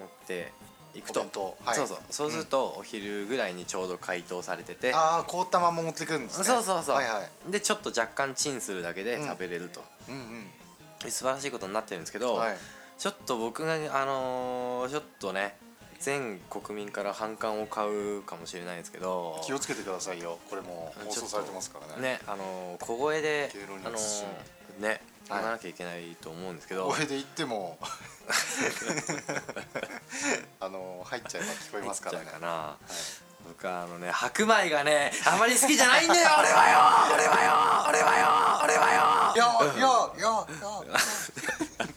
S4: 持っていく
S3: お
S4: と、
S3: 弁当はい
S4: そうそうそうするとお昼ぐらいにちょうど解凍されてて、
S3: ああ凍ったまま持ってくるんですね
S4: そうそうそう、
S3: はいはい
S4: でちょっと若干チンするだけで食べれると、
S3: うん
S4: で素晴らしいことになってるんですけ
S3: う
S4: ど、
S3: んはい
S4: ちょっと僕があのーちょっとね全国民から反感を買うかもしれないですけど
S3: 気をつけてくださいよこれもう放送されてますからね
S4: ねあのー小声で
S3: 敬老に
S4: あ
S3: な
S4: の
S3: ってし
S4: ー
S3: ま
S4: ね
S3: はい
S4: 言わなきゃいけないと思うんですけど、
S3: これで言って もあの入っちゃえば聞こえますからね
S4: 入っちゃうかな、僕はあのね白米がねあまり好きじゃないんだよ 俺はよ俺はよ俺はよ俺はよ
S3: よーよーよーよー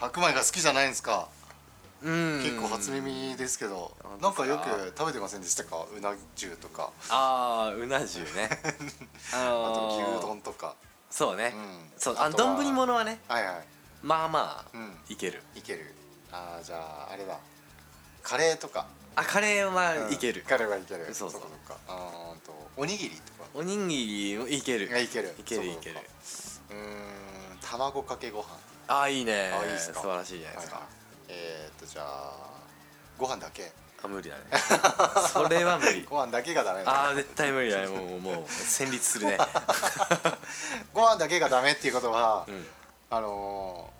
S3: 白米が好きじゃないんですか
S4: うん
S3: 結構初耳ですけど
S4: 本当
S3: なん
S4: ですか
S3: かよく食べてませんでしたかうな重とか
S4: ああうな重ねあ
S3: あ
S4: の
S3: と
S4: ー
S3: 牛丼とか
S4: そうね、
S3: うん
S4: そう
S3: あ
S4: あの
S3: とは
S4: 丼物はね
S3: はいは
S4: まあまあ、
S3: うん
S4: いける
S3: いいけるあーじゃああれだカレーとか
S4: あカレーは
S3: うん
S4: いける、
S3: カレーはいける
S4: そうそう
S3: かかあーあとおにぎりとか
S4: おにぎりもいける
S3: いやいける
S4: いける
S3: そう
S4: い
S3: か
S4: ける
S3: うーん卵かけご飯
S4: ああいいね
S3: あいいっすか
S4: 素晴らしいじゃないですか、
S3: はいえー、っとじゃあご飯だけ
S4: あ無理だねそれは無理
S3: ご飯だけがダメ
S4: ああ絶対無理だねもうもう戦慄するね
S3: ご飯だけがダメっていうことは、
S4: ん
S3: あのー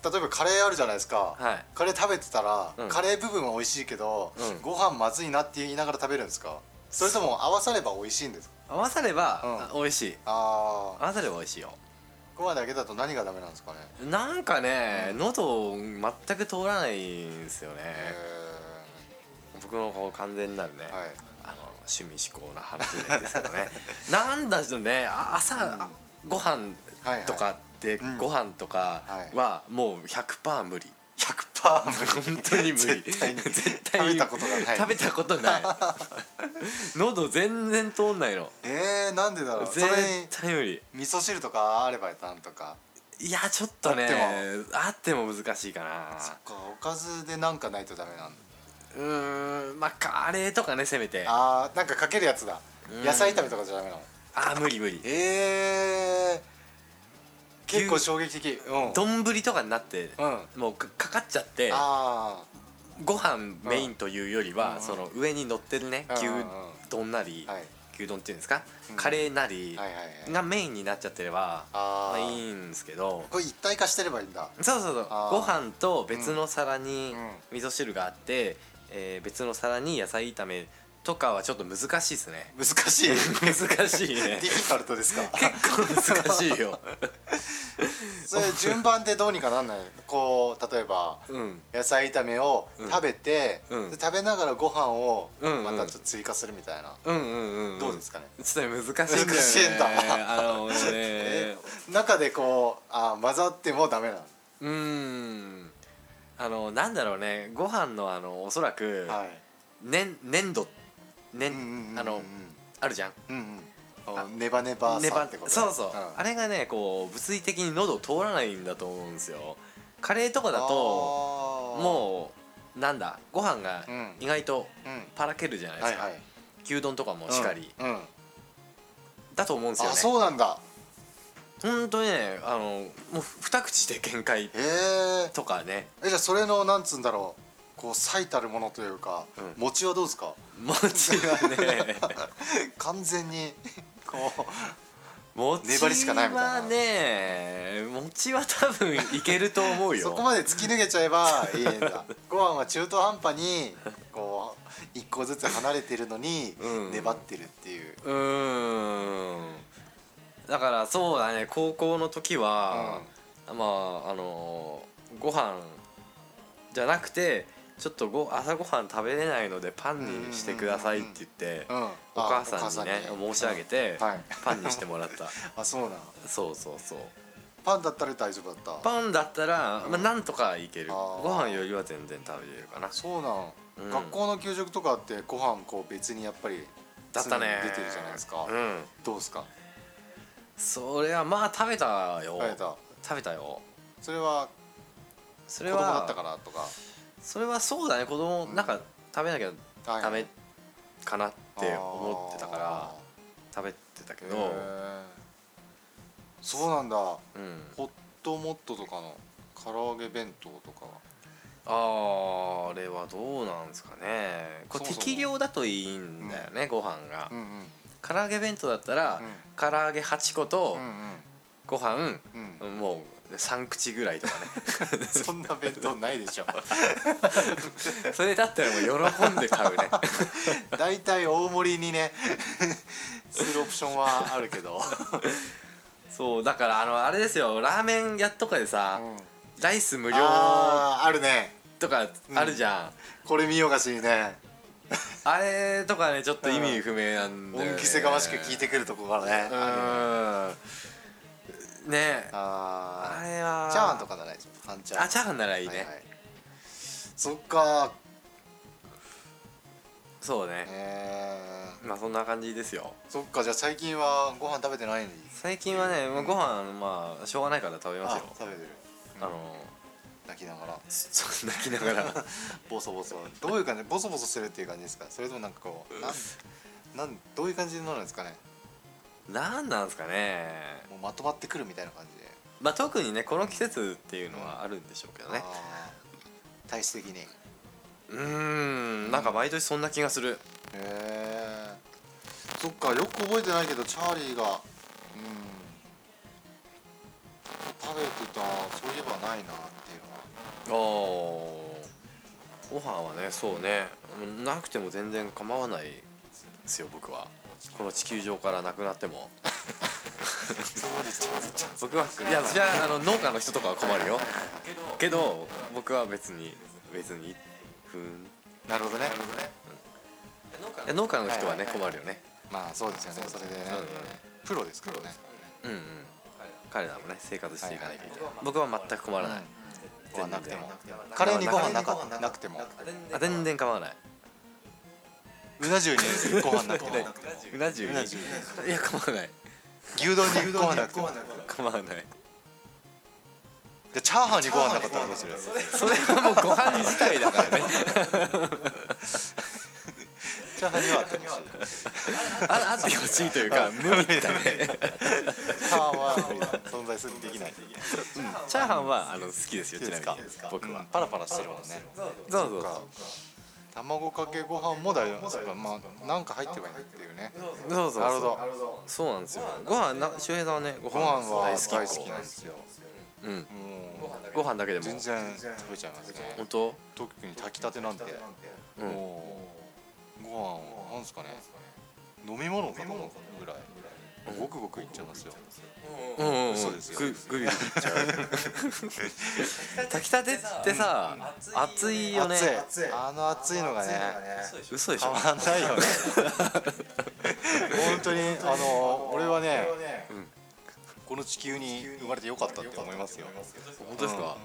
S3: 例えばカレーあるじゃないですか、
S4: はい
S3: カレー食べてたら、
S4: うん
S3: カレー部分は美味しいけど、
S4: うん
S3: ご飯まずいなって言いながら食べるんですかそれとも合わされば美味しいんですか
S4: 合わされば、
S3: うん
S4: 美味しい
S3: あ
S4: 合
S3: あ
S4: わされば美味しいよ
S3: ご飯だけだと何がダメなんですかね、
S4: なんかね、喉全く通らないんですよね、
S3: え
S4: 僕のこう完全なるね、
S3: ーはい
S4: あの趣味嗜好な話ですけど ねなんだろうねあ朝、あご飯
S3: はいはい
S4: とかって、
S3: ん
S4: ご飯とかはもう100%無理
S3: 100%無 理
S4: 本当に無理
S3: 絶対に
S4: 絶対
S3: 食べ
S4: に
S3: たことがない
S4: 食べたこと ない喉全然通んないの
S3: えー、なんでだろうそれ
S4: 絶
S3: に
S4: 対無理
S3: 味噌汁とかあればなんとか
S4: いやちょっとね
S3: あ
S4: あっても難しいかな
S3: そっかおかずでなんかないとダメなんだ
S4: うーんまあカレーとかねせめてあ
S3: あーなんかかけるやつだ
S4: ん
S3: 野菜炒めとかじゃダメなの
S4: あー無理無理
S3: えー、結構衝撃的うん
S4: 丼とかになって、
S3: う
S4: もうかかかっちゃって
S3: あ
S4: ご飯メインというよりは、その上に乗ってるね、
S3: うん
S4: 牛
S3: うんうん
S4: 丼なり、
S3: あはい
S4: 牛丼っていうんですか、
S3: うん
S4: カレーなり
S3: はいはいはい
S4: がメインになっちゃってれば、
S3: あー
S4: まあ、いいんですけど
S3: これ一体化してればいいんだ
S4: そうそうそう
S3: あー
S4: ご飯と別の皿に
S3: うん
S4: 味噌汁があって、えー別の皿に野菜炒めとかはちょっと難しいですね
S3: 難しいデ
S4: 難しいね
S3: ィフィカルトですか
S4: 結構難しいよ
S3: それ順番でどうにかなんないこう例えば
S4: うん
S3: 野菜炒めを食べて、
S4: うん
S3: で食べながらご飯を
S4: うんうん
S3: またちょっと追加するみたいな、
S4: うんうんうんん
S3: どうですかね
S4: ちょっとね難しいんだよね
S3: 難しいんだ
S4: あのね、
S3: え中でこうあー混ざってもダメなの
S4: うーんあのなんだろうねご飯のあのおそらく、
S3: はい
S4: 粘粘土粘、
S3: うんうんうんうん
S4: あのあるじゃん
S3: うんうんこうネバネバ
S4: ネ
S3: さ
S4: バ
S3: ってこと
S4: そうそう、
S3: ん
S4: あれがねこう物理的に喉を通らないんだと思うんですよカレーとかだと
S3: あー
S4: もうなんだご飯が
S3: うん
S4: 意外と
S3: うん
S4: パラけるじゃないで
S3: は
S4: す
S3: い
S4: か、
S3: はい
S4: 牛丼とかもしかり、
S3: うんうん
S4: だと思うんですよ
S3: あ
S4: ね
S3: そうなんだ
S4: 本当にねあのもう二口で限界
S3: へえ
S4: とかね
S3: えじゃあそれのなんつうんだろうこう最たるものというか、
S4: うん
S3: 餅はどうですか
S4: 餅はね
S3: 完全にこ
S4: 餅
S3: 粘りしかないみたいな
S4: はね餅は多分いけると思う
S3: う
S4: よ
S3: そこまで突き抜けちゃえばいいん だご飯は中途半端にこう一個ずつ離れてるのに
S4: うん
S3: 粘ってるっていう、
S4: うーんだからそうだね高校の時は、まああのーご飯じゃなくてちょっとご朝ごはん食べれないのでパンにしてくださいって言って、
S3: うんあ
S4: お母さんにね
S3: お母さんに
S4: 申し上げて、
S3: はい
S4: パンにしてもらった
S3: あ そうなん
S4: そうそうそう
S3: パンだったら大丈夫だった
S4: パンだったら、まあ、なんとかいける
S3: あー
S4: ご飯よりは全然食べれるかな
S3: そうなん、
S4: うん
S3: 学校の給食とかってご飯こう別にやっぱり
S4: だったね
S3: 常に出てるじゃないですか、
S4: うん
S3: どうですか
S4: それはまあ食べたよ
S3: 食べた
S4: 食べたよ
S3: それは
S4: そ
S3: 子
S4: れ
S3: 供
S4: は
S3: だったからとか
S4: それはそうだね子供なんか食べなきゃ
S3: はい
S4: ダメかなって思ってたから食べてたけ
S3: あー
S4: ど
S3: へーそうなんだ
S4: うん
S3: ホットモットとかの唐揚げ弁当とかは
S4: あーあれはどうなんですかねこれ
S3: そもそも
S4: 適量だといいんだよねご飯が
S3: うんうん
S4: 唐揚げ弁当だったら
S3: うん
S4: 唐揚げ8個と
S3: う
S4: ご飯
S3: んうんうん
S4: もう3口ぐらいとかね
S3: そんな弁当ないでしょ
S4: それだったらもう喜んで買 うね
S3: 大体大盛りに ねするオプションはあるけど、
S4: そうだからあのあれですよラーメン屋とかでさライス無料
S3: あーあるね
S4: とかあるじゃん
S3: これ見よがしにね
S4: あれとかねちょっと意味不明なんで、ね、
S3: 恩着せがましく聞いてくるとこからね
S4: うーんねあ
S3: あ
S4: れは
S3: ーチャーハンとかならいいでしょ半チャーハン
S4: あチャーハンならいいね、
S3: はいはいそっか
S4: そうね
S3: え
S4: まあそんな感じですよ
S3: ー、そっかじゃあ最近はご飯食べてないんです
S4: 最近はね、まあ、ご飯まあしょうがないから食べますよ
S3: 食べてる
S4: あの
S3: 泣きながら
S4: そう泣きな がら
S3: ボソボソどういう感じボソボソするっていう感じですかそれともなんかこうなんなんどういう感じになるんですかね
S4: なんなんですかね
S3: もうまとまってくるみたいな感じで、
S4: まあ特にねこの季節っていうのはあるんでしょうけどね
S3: あー体質的にへ
S4: うーんなんか毎年そんな気がする
S3: えそっかよく覚えてないけどチャーリーがうん食べてたそういえばないなっていうのは
S4: あーご飯はねそうねうんなくても全然構わないですよ僕はこの地球上からなくなっても
S3: そうですそうです
S4: 僕はいやじゃああの農家の人とかは困るよけど僕は別に別にふーん
S3: なるほどね
S4: いや農家の人
S3: は
S4: は
S3: いはい
S4: ね困るよね
S3: まあそうですよねそれでねプロですからね
S4: うんうん彼らもね生活していかなきゃいけない僕は全く困らない
S3: ご飯なくても
S4: 全然
S3: カレーにご飯なかなくても
S4: あ全然構わないう
S3: な重にご飯なく ても
S4: うな重に
S3: うな重に
S4: いや構わない
S3: 牛丼にご飯なくても
S4: 構わない
S3: でチャーハンにご飯なかったらどうする
S4: それはもうご飯自体だからね
S3: チャーハンにはあってほしい
S4: ああってほしいというか無理だね
S3: チャーハンは存在するできない
S4: チャーハンはあの好きですよちなみに僕は、
S3: パラパラしてるもんね
S4: そうそう
S3: か卵かけご飯も大丈夫ですかまあなんか入ってればいいっていうね
S4: そうそうそう
S3: なるほど
S4: そうなんですよご飯な周平さんはねご
S3: ご飯
S4: 飯
S3: は
S4: 大
S3: 大
S4: 好
S3: 好
S4: き
S3: きなんですよ
S4: うん
S3: もう
S4: ご飯だけでも
S3: 全然食べちゃいますね
S4: 本当
S3: 特に炊きたてなんで、
S4: うん
S3: もうご飯をなんですかね飲み物かと思うぐらいごくごくいっちゃいますよ
S4: うんうんうん
S3: そうですよ
S4: ぐぐりぐりいっちゃう炊きたてってさ熱いよね
S3: 熱いあの熱いのがね
S4: 嘘でしょ
S3: たまんないよね本当にあの俺はね、この地球に生まれてよかったって思いますよ
S4: 本当ですか、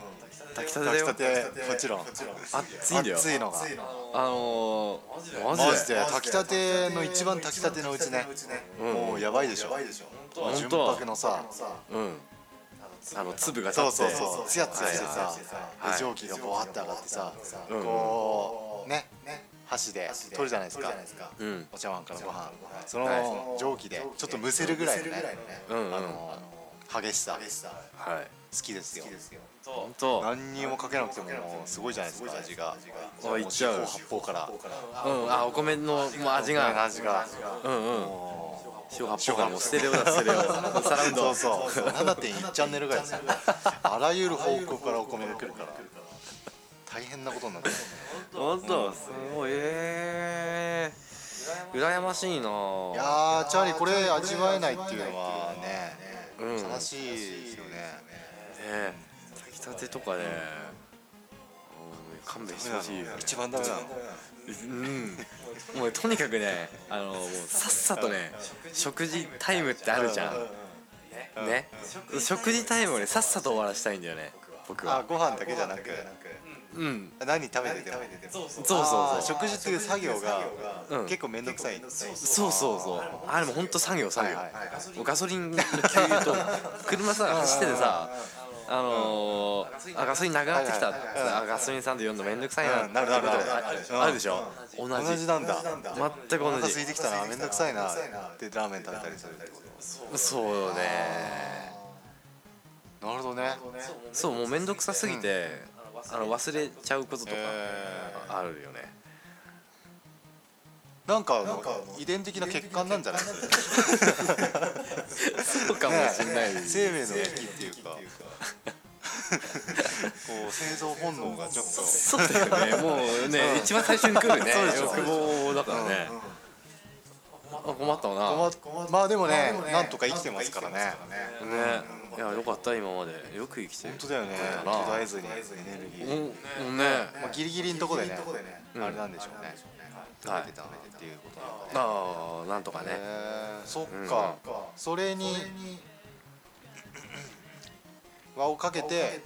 S4: 炊きたてだ
S3: 炊き
S4: よ
S3: たてもちろん
S4: 熱いんだよ
S3: 熱いのが
S4: あのー、マジで
S3: マジで炊きたての一番炊きたてのうちねもうやばいでしょ
S4: 本
S3: 純
S4: 当
S3: 白のさ
S4: うんあの粒が立っ
S3: そ
S4: て
S3: うそうそうツヤツヤしてさ
S4: はい
S3: で蒸気がボワって上がってさ
S4: うん
S3: こうね箸で取るじゃないですか
S4: うん
S3: お茶碗からご飯そ
S4: は
S3: の蒸気でちょっとむせるぐらいのね
S4: うんうん
S3: あの激しさ
S4: はい
S3: 好きですよ
S4: 本当
S3: 何にもかけなくてももうすごいじゃないですか味が
S4: あいっちゃう
S3: も四方八方から
S4: うんあお米のもう味が
S3: 味が
S4: うんうん
S3: もう
S4: 塩発泡がもうステレオだステレオサラウン
S3: そ
S4: ド
S3: うそうそう7.1チャンネルぐらいですよ あらゆる方向からお米が来るから大変なことになってる
S4: 本当すごいえー、羨ましいないい
S3: やーチャーリーこれ味わえないっていうのはね、
S4: うん
S3: 悲しいですよね
S4: ね炊きたてとかねうん勘弁してほしいよ
S3: 一番ダメなの
S4: うんもうとにかくねあのもうさっさとね食事タイムってあるじゃんね食事タイムをねさっさと終わらしたいんだよね僕
S3: あ
S4: は
S3: ご飯だけじゃなく
S4: うん
S3: 何食べてても
S4: そうそう
S3: あー
S4: そう
S3: 食事っていう作業が
S4: うん
S3: 結構面倒くさい
S4: そうそうそうあれも本当作業作業、
S3: はいはい
S4: もうガソリンの給油と車さ走っててさあのー、あガソリンなくなってきた、
S3: はいはいはい
S4: あガソリンさんで呼んのめんどくさいな,、
S3: うんなるなるなるうん
S4: あるでしょ同じ
S3: 同じなんだ
S4: 全く
S3: お
S4: 同
S3: 腹
S4: じ
S3: 空いてきたな面倒くさいなでラーメン食べたりするってこと
S4: そうよね
S3: なるほどね
S4: そうもうめんどくさすぎて、あの忘れちゃうこととか
S3: えー
S4: あるよね、
S3: なんかあの遺伝的な欠陥なんじゃない
S4: そうかもしれない、
S3: 生命の危機っていうかこう生存本能がちょっと
S4: そうだよね もうね、一番最初に来るね
S3: そうでしょ
S4: 欲望だからね、あ困ったな
S3: 困っまあでもねなんとか生きてますからね
S4: ね、いやよかった今までよく生きてる
S3: 本当だよね
S4: な
S3: 途絶えずにエネルギ
S4: もう
S3: ー
S4: もうね
S3: まあギリギリのとこでね
S4: ん
S3: あれなんでしょうね
S4: はい
S3: 食べてたっていうことなんだね
S4: ああなんとかね、
S3: へーそっかそれに輪をかけて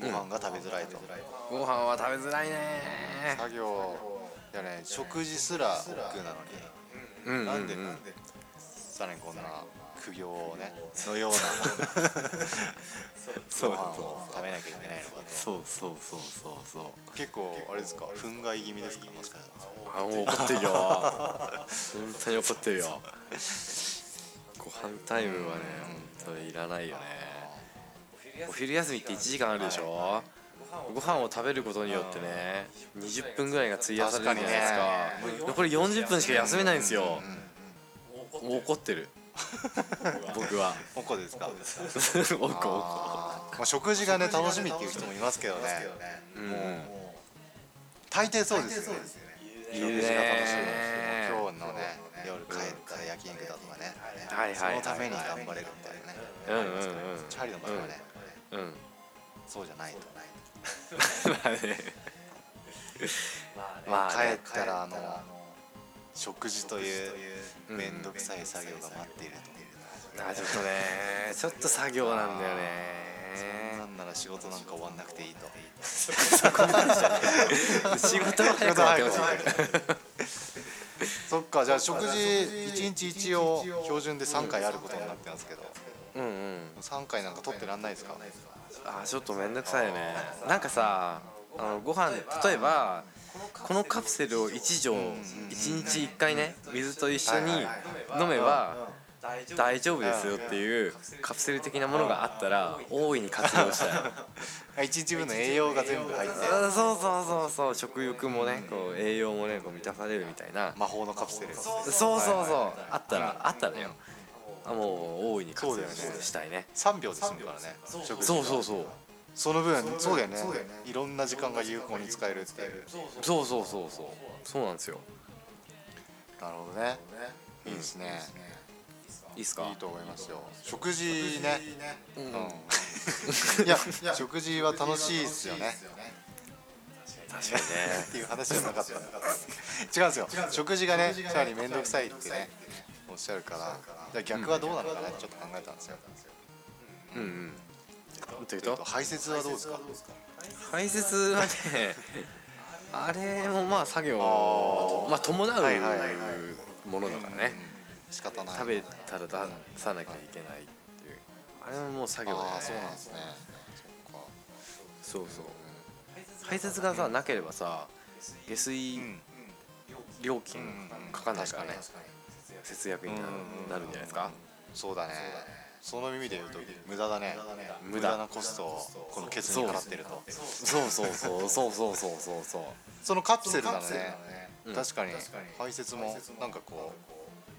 S3: ご飯が食べづらいと
S4: ご飯は食べづらいね
S3: 作業だよね食事すら億劫なのに
S4: うんうん、うん、
S3: なんでなんでさらにこんな苦行をねの ような
S4: そう
S3: ご飯を食べなきゃいけないのかと
S4: そうそうそうそうそう
S3: 結構あれですか憤慨気味ですかもしかしたら
S4: あもう怒ってる よ本当に怒ってるよご飯タイムはね本当にいらないよねお昼休みって1時間あるでしょ、ご飯を食べることによってね20分ぐらいが費やされるじゃないですか残り40分しか休めないんですよ、もう怒って る僕は
S3: おこですか
S4: 怒怒
S3: あーまあ食事がね楽しみっていう人もいますけどね
S4: うん
S3: 大抵そうですよね
S4: い
S3: 食
S4: る
S3: 事が楽しみ
S4: ね
S3: 今日のね夜帰ったら焼肉だとかね
S4: はい
S3: そ
S4: はい
S3: のために頑張れるみたいなね
S4: うんうん
S3: チャーリーの場合はね
S4: うんうん
S3: そうじゃないと
S4: まあねまあ
S3: 帰
S4: ね
S3: ったらあの食事という面倒くさい作業が待っていると
S4: あちょっとねちょっと作業なんだよ
S3: な
S4: ね
S3: んなら仕事なんか終わんなくていいと
S4: 仕事は早く終わってほしい
S3: そっかじゃあ食事一日一応標準で3回あることになってますけど
S4: うんうん
S3: 3回なんか取ってらんないですか
S4: あちょっとめんどくさいよねなんかさあのご飯例えばこのカプセルを1錠1日1回ね水と一緒に飲めば大丈夫ですよっていうカプセル的なものがあったら大いに活用したい
S3: あ一日分の栄養が全部入って
S4: あ そうそうそうそう食欲もねこう栄養もねこう満たされるみたいな
S3: 魔法のカプセル
S4: そうそうそうあったらあったらよあもう大いに活用
S3: そうだよね
S4: したいね
S3: 3秒で済むからね食事
S4: そうそうそう
S3: その分そうだよねいろんな時間が有効に使えるっていう
S4: そうそうそうそうそうなんですよ
S3: なるほどねいいですね
S4: いいっすか
S3: いいと思いますよ食事ね
S4: うん
S3: いや食事は楽しいですよね
S4: 確かにね
S3: っていう話じゃなかった違うんですよ食事がねさらに面倒くさいってねおっしゃるからじゃあ逆はどうなのかなってちょっと考えたんですよ
S4: うんうんという
S3: という
S4: と
S3: と排泄はどうですか
S4: 排泄はね あれもまあ作業
S3: あー
S4: まあ伴う
S3: はいはいはい
S4: ものだからね
S3: 仕方ない
S4: 食べたら出さなきゃいけないっていうあれももう作業で
S3: ああそうなんですねそっか
S4: そうそう排泄がさなければさ下水
S3: うん
S4: 料金かかんないからね
S3: うん確
S4: 節約になる
S3: うん
S4: なるんじゃないですか
S3: そうだねその耳で言うと無駄だね
S4: 無駄
S3: 無駄なコストをこのケツに払ってると
S4: そうそうそうそうそうそうそうそう
S3: そのカプセルだね
S4: うん
S3: 確かに排泄もなんかこ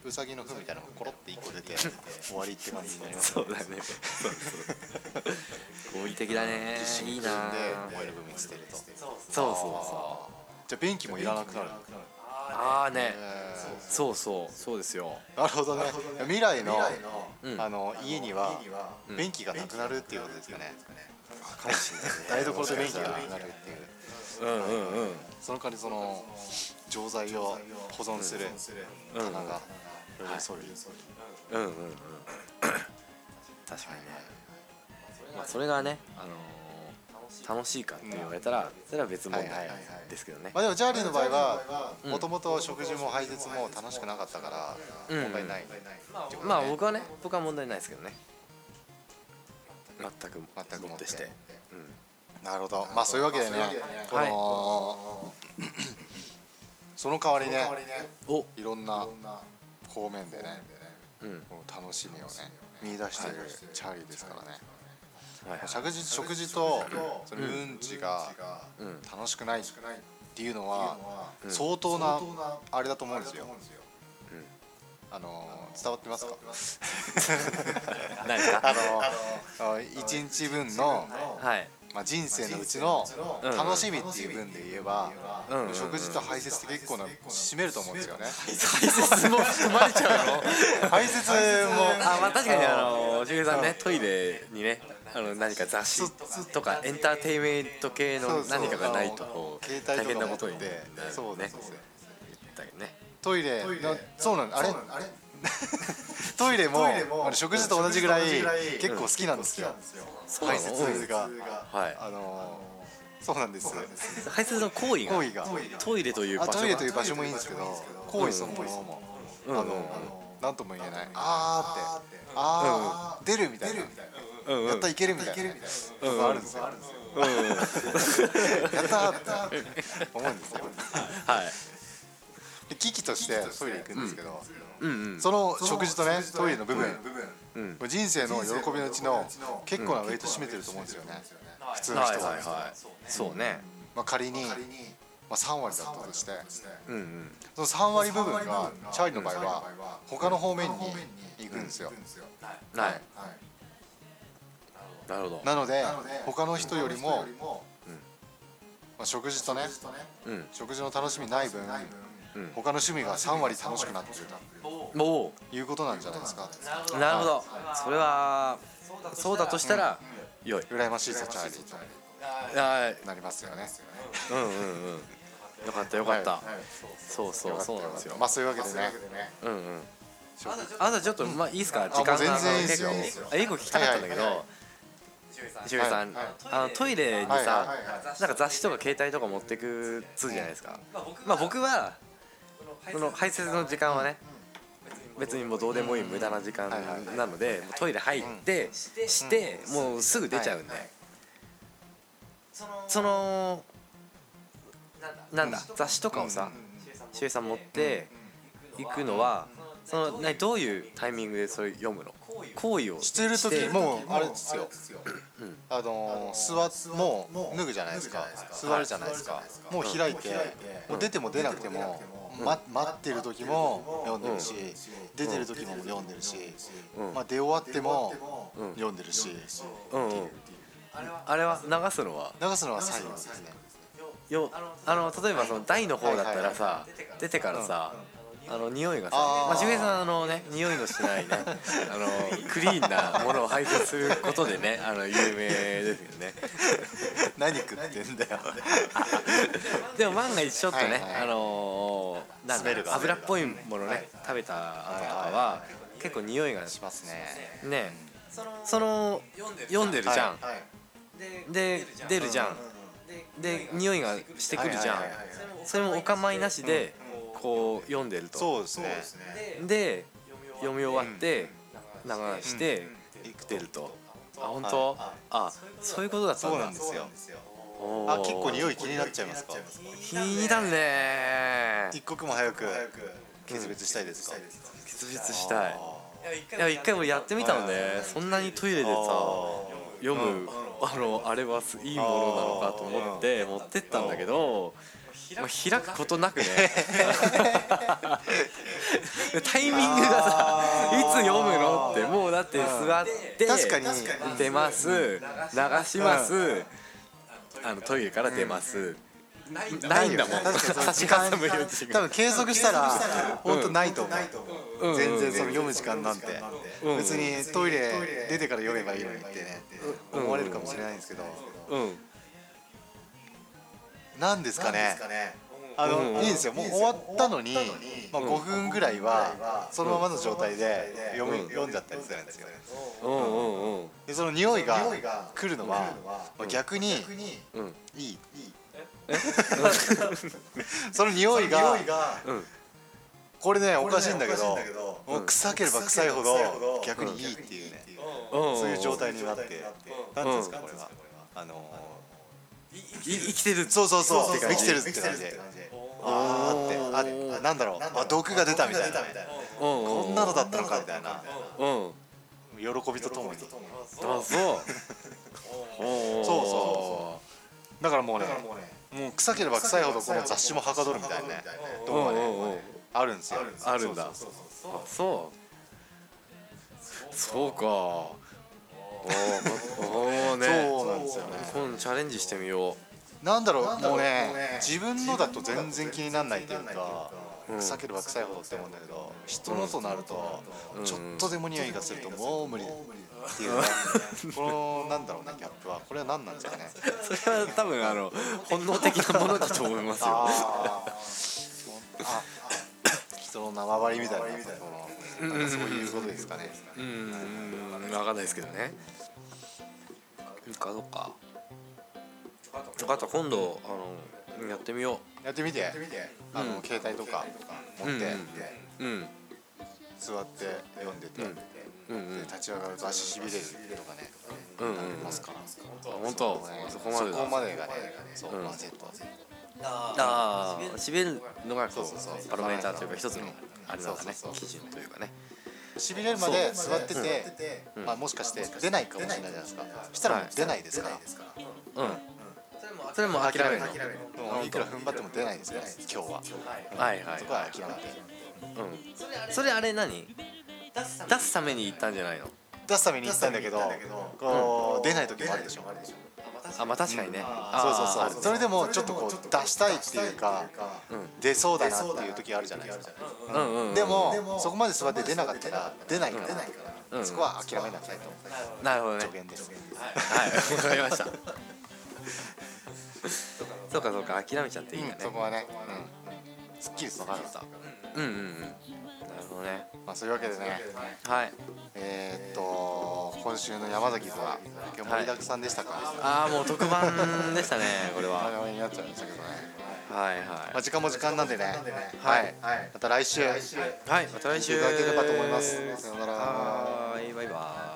S3: ううさぎの糞みたいなのがコロって一個出 て終わりって感じになります
S4: そうだねそうそう合理的だねいいな
S3: で燃える分見捨てると
S4: そうそうそう
S3: じゃあ便器もいらなくなる
S4: ああね
S3: えー
S4: そうそうそうですよ
S3: なるほどね未来の
S4: うん
S3: あの家には
S4: ん
S3: 便器がなくなるっていうことですよね
S4: かもしれない
S3: 台所で便器がなくなるっていう
S4: うんうんうん
S3: その代わりその錠剤を保存する棚がいろいろそういう
S4: うんうんうん確かにね、まあ、それがね、あのー楽しいかって言われたら、それは別問
S3: はいはいは
S4: 題
S3: いはい
S4: ですけどね、
S3: まあでもジャーリーの場合は
S4: うん
S3: もともと食事も排泄も楽しくなかったから
S4: うん
S3: 問題ない
S4: まあ僕はね僕は問題ないですけどね全く
S3: 全く
S4: も
S3: も
S4: っ
S3: ってて
S4: して、
S3: なるほどまあそういうわけでねこの その代わりね
S4: うん、お
S3: いろんな方面でね
S4: うん
S3: この楽しみをね見出しているチャーリーですからね
S4: はいはい
S3: 食事食事とそのうんちが
S4: うん
S3: 楽しくないっていうのは相当なあれだと思うんですよあの伝わってますか
S4: 何ですか
S3: あの1日分の、
S4: はい
S3: まあ、人生のうちの
S4: うん
S3: 楽しみっていう分で言えば、
S4: うんうんうん
S3: 食事と排泄って結構な占めると思うんですよね
S4: 解説も含まれちゃうの
S3: 排泄も
S4: あまあ確かにあのしげさんねトイレにねあの何か雑誌とかエンターテインメント系
S3: そ
S4: の
S3: うそう
S4: 何かがないとこう
S3: 携
S4: 大
S3: 帯
S4: 変
S3: と
S4: な
S3: か
S4: こと
S3: 持
S4: に
S3: っ
S4: なる
S3: てそうなん
S4: ね
S3: ですよ
S4: だけどね
S3: トイレのそうなんあれトイレもあれ食事と同じぐらい結構好きなんですよ
S4: そうな
S3: 排
S4: の
S3: 泄が
S4: はい
S3: あのそうなんです
S4: 排泄の行為が
S3: 行為が
S4: トイレという場
S3: あ
S4: 所が
S3: トイレという場所もいいんですけど行為そのものも
S4: うんうん
S3: あのなんとも言えないあーってあー出るみたいな
S4: うんうん
S3: やったいけるみたいなねとかあるんですよやったーって思うんですよ
S4: はい
S3: で危機としてトイレ行くんですけど
S4: うんうん
S3: その食事とねトイレの部分
S4: ん
S3: これ人生の喜びのうちの結構なウェイト占めてると思うんですよね普通の
S4: はい
S3: 人
S4: はい
S3: は
S4: はいそうね
S3: まあ仮にまあ3割だったとして
S4: うんうん
S3: その3割部分がチャーリーの場合は他の方面に行くんですよ
S4: ないなるほど
S3: なので他の人よりも、まあ、食事とね
S4: うん
S3: 食事の楽しみない分、
S4: うん
S3: 他の趣味が3割楽しくなってる
S4: お
S3: ということなんじゃないですか
S4: おなるほどそれはそうだとしたら良い
S3: 羨ましいぞチャーリーと
S4: はい
S3: なりますよね
S4: うんうんうんよかったよかったそうそうそうなんですよ
S3: まあそういうわけでね
S4: うんうんあとちょっとまあいいですか時間
S3: もう全
S4: が
S3: 然いいっすよ
S4: 結構あ一個聞きたかったんだけど
S3: はいはい
S4: 石上さん
S3: はい
S4: あのトイレに
S3: はい
S4: さ
S3: はいはい
S4: なんか雑誌とか携帯とか持ってく通じゃないですかまあ僕はその排泄の時間はね別にもうどうでもいい無駄な時間なのでもうトイレ入ってしてもうすぐ出ちゃうんでそのなんだ雑誌とかをさ周平さん持って行くのはそのなどういうタイミングでそれ読むの行為を
S3: してる時もうあれですよあのー座っもう脱ぐじゃないですか座るじゃないですかもう開いてもう出ても出なくてもま待ってる時も読んでるし出てる時も読んでるしまあ出終わっても読んでるし
S4: うんうんあれは流すのは
S3: 流すのは最後ですね
S4: よあの例えばその台の方だったら
S3: は
S4: さ出てからさあの匂いがさ
S3: あー
S4: まあ周平さんあのね匂いのし ないねあのクリーンなものを排泄することでねあの有名ですよね
S3: 何食ってん だよ
S4: でも万が一ちょっとね、
S3: はいはい
S4: あのーなんだ
S3: 滑るが
S4: 油っぽいものね、食べた後とかは、結構匂いが
S3: しますね
S4: ね、その読んでるじゃん、
S3: はいはい
S4: で出るじゃん、で匂いがしてくるじゃん、
S3: はいはいはいはい
S4: それもお構いなしでこう読んでると
S3: そうですね
S4: で読み終わって流し
S3: う
S4: て
S3: ん
S4: 生きてると、あ本当、あそういうことだったん
S3: そう
S4: だ
S3: なんですよ
S4: おー
S3: あ結構匂い気になっちゃいますか
S4: 気になるね
S3: 一刻も早く決別したいですか
S4: 結実したいいや一回俺やってみたのね、そんなにトイレでさ読む、あのあれはすいいものなのかと思って持ってったんだけど、まあ、開くことなく ねタイミングがさ
S3: あ
S4: い
S3: ー
S4: つ読むのってもうだって座って
S3: 確かに
S4: 出ます流します、あのトイレから出ます、ないんだもん
S3: 確かに
S4: 差しかさむよ 時
S3: 多分
S4: 間
S3: 継続したら本当ないと思う、
S4: ん
S3: 全然その読む時間なんて、
S4: ん
S3: 別にトイレ出てから読めばいいのにってね、思われるかもしれないんですけど、
S4: うん
S3: なんですかねあの、
S4: うん
S3: いいんですよもう終わったのに、まあ、5分ぐらいはそのままの状態で読む、
S4: うん
S3: 読んじゃったりするんですよ
S4: うんうんうん
S3: でその匂いが来るのは、まあ、逆に
S4: うん
S3: いい その匂いが
S4: うん
S3: これねおかしいんだけども
S4: う
S3: うん臭ければ臭いほど逆にいいっていうね、
S4: うん
S3: そういう状態になって何ていうんですかこれは、あの
S4: い生きてる
S3: ー、そうそうそう
S5: そうそう
S3: 生きてるって感じであーってあなんだろうあ毒が出たみたいな
S4: うんうん
S3: こんなのだったのかみたいな
S4: うん
S3: 喜びとともに
S4: あそうそう
S3: そうそだからもうねもう臭ければ臭いほどこの雑誌もはかどるみたいなね
S4: う
S3: 動
S4: ん
S3: 画
S4: う
S3: ね
S4: んうん
S3: あるんですよ
S4: あるんだあそうそうかおーまおーね
S3: そうなんですよね
S4: 今度チャレンジしてみよ
S3: なんだろうもうね自分のだと全然気にならないというか
S4: ん
S3: 臭ければ臭いほどって思うんだけど人のとなるとちょっとでも匂いがするともう無理っていうねこのなんだろうねギャップはこれは何なんですかね
S4: うそれは多分あの本能的なものだと思い ますよ
S3: ああ人の縄張りみたいなそのなんかそういうことですかね
S4: うーん分かんないですけどねいいかどうか分かった今度あのやってみよ
S3: やってみてあ
S4: う
S3: の
S4: ん
S3: 携帯とか
S4: う
S3: 持っ
S4: んうん
S3: て
S4: うん
S3: 座って読んでてで
S4: うんうん
S3: 立ち上がると足しびれるとかね
S4: うんうん
S3: ありますから
S4: あ本当そこまでだ
S3: そこまでがねそう
S4: うん
S3: ワンセット
S4: ああ締めるのがこ
S3: そうそうそう
S4: うパロメーターというか一つのあれなんだね
S3: そうそうそう
S4: 基準というかね
S3: しびれるまで座ってて、まあ、もしかして出ないかもしれないじゃないですかしたらもう出ないですから、
S4: うんそれも諦めるの
S3: もういくら踏ん張っても出ないですから今日は
S4: はいはい
S3: とか諦めて
S4: うんそれあれ何出すために行ったんじゃないの
S3: 出すために行ったんだけどこう出ない時もあるでしょ
S4: あまあ確かにね
S3: そう
S4: あ
S3: そうそうそれでもちょっとこう出したいっていうか出そうだなっていう時あるじゃないですか
S4: ーうんうんうん
S3: でもそこまで座って出なかったら出ないから
S4: うん
S3: そこは諦めなさいと
S4: なるほどね
S3: 助言です
S4: はいわかりましたそうかそうか諦めちゃっていいんだね
S3: そこはねうんすっきりする
S4: 分かったうんうんうんなるほどね
S3: まあそういうわけでね
S4: はい
S3: えーっと今週の山崎さん今日盛りだくさんでしたか、
S4: ああもう特番でしたねこれは
S3: 長めになっちゃいましたけどね、
S4: はい
S3: まあ、
S4: は
S3: 時間も時間なんでねはい、また来週来週い
S4: いはいまた来
S3: て
S4: 週
S3: いただければと思いますさようなら
S4: はーいバイバーイ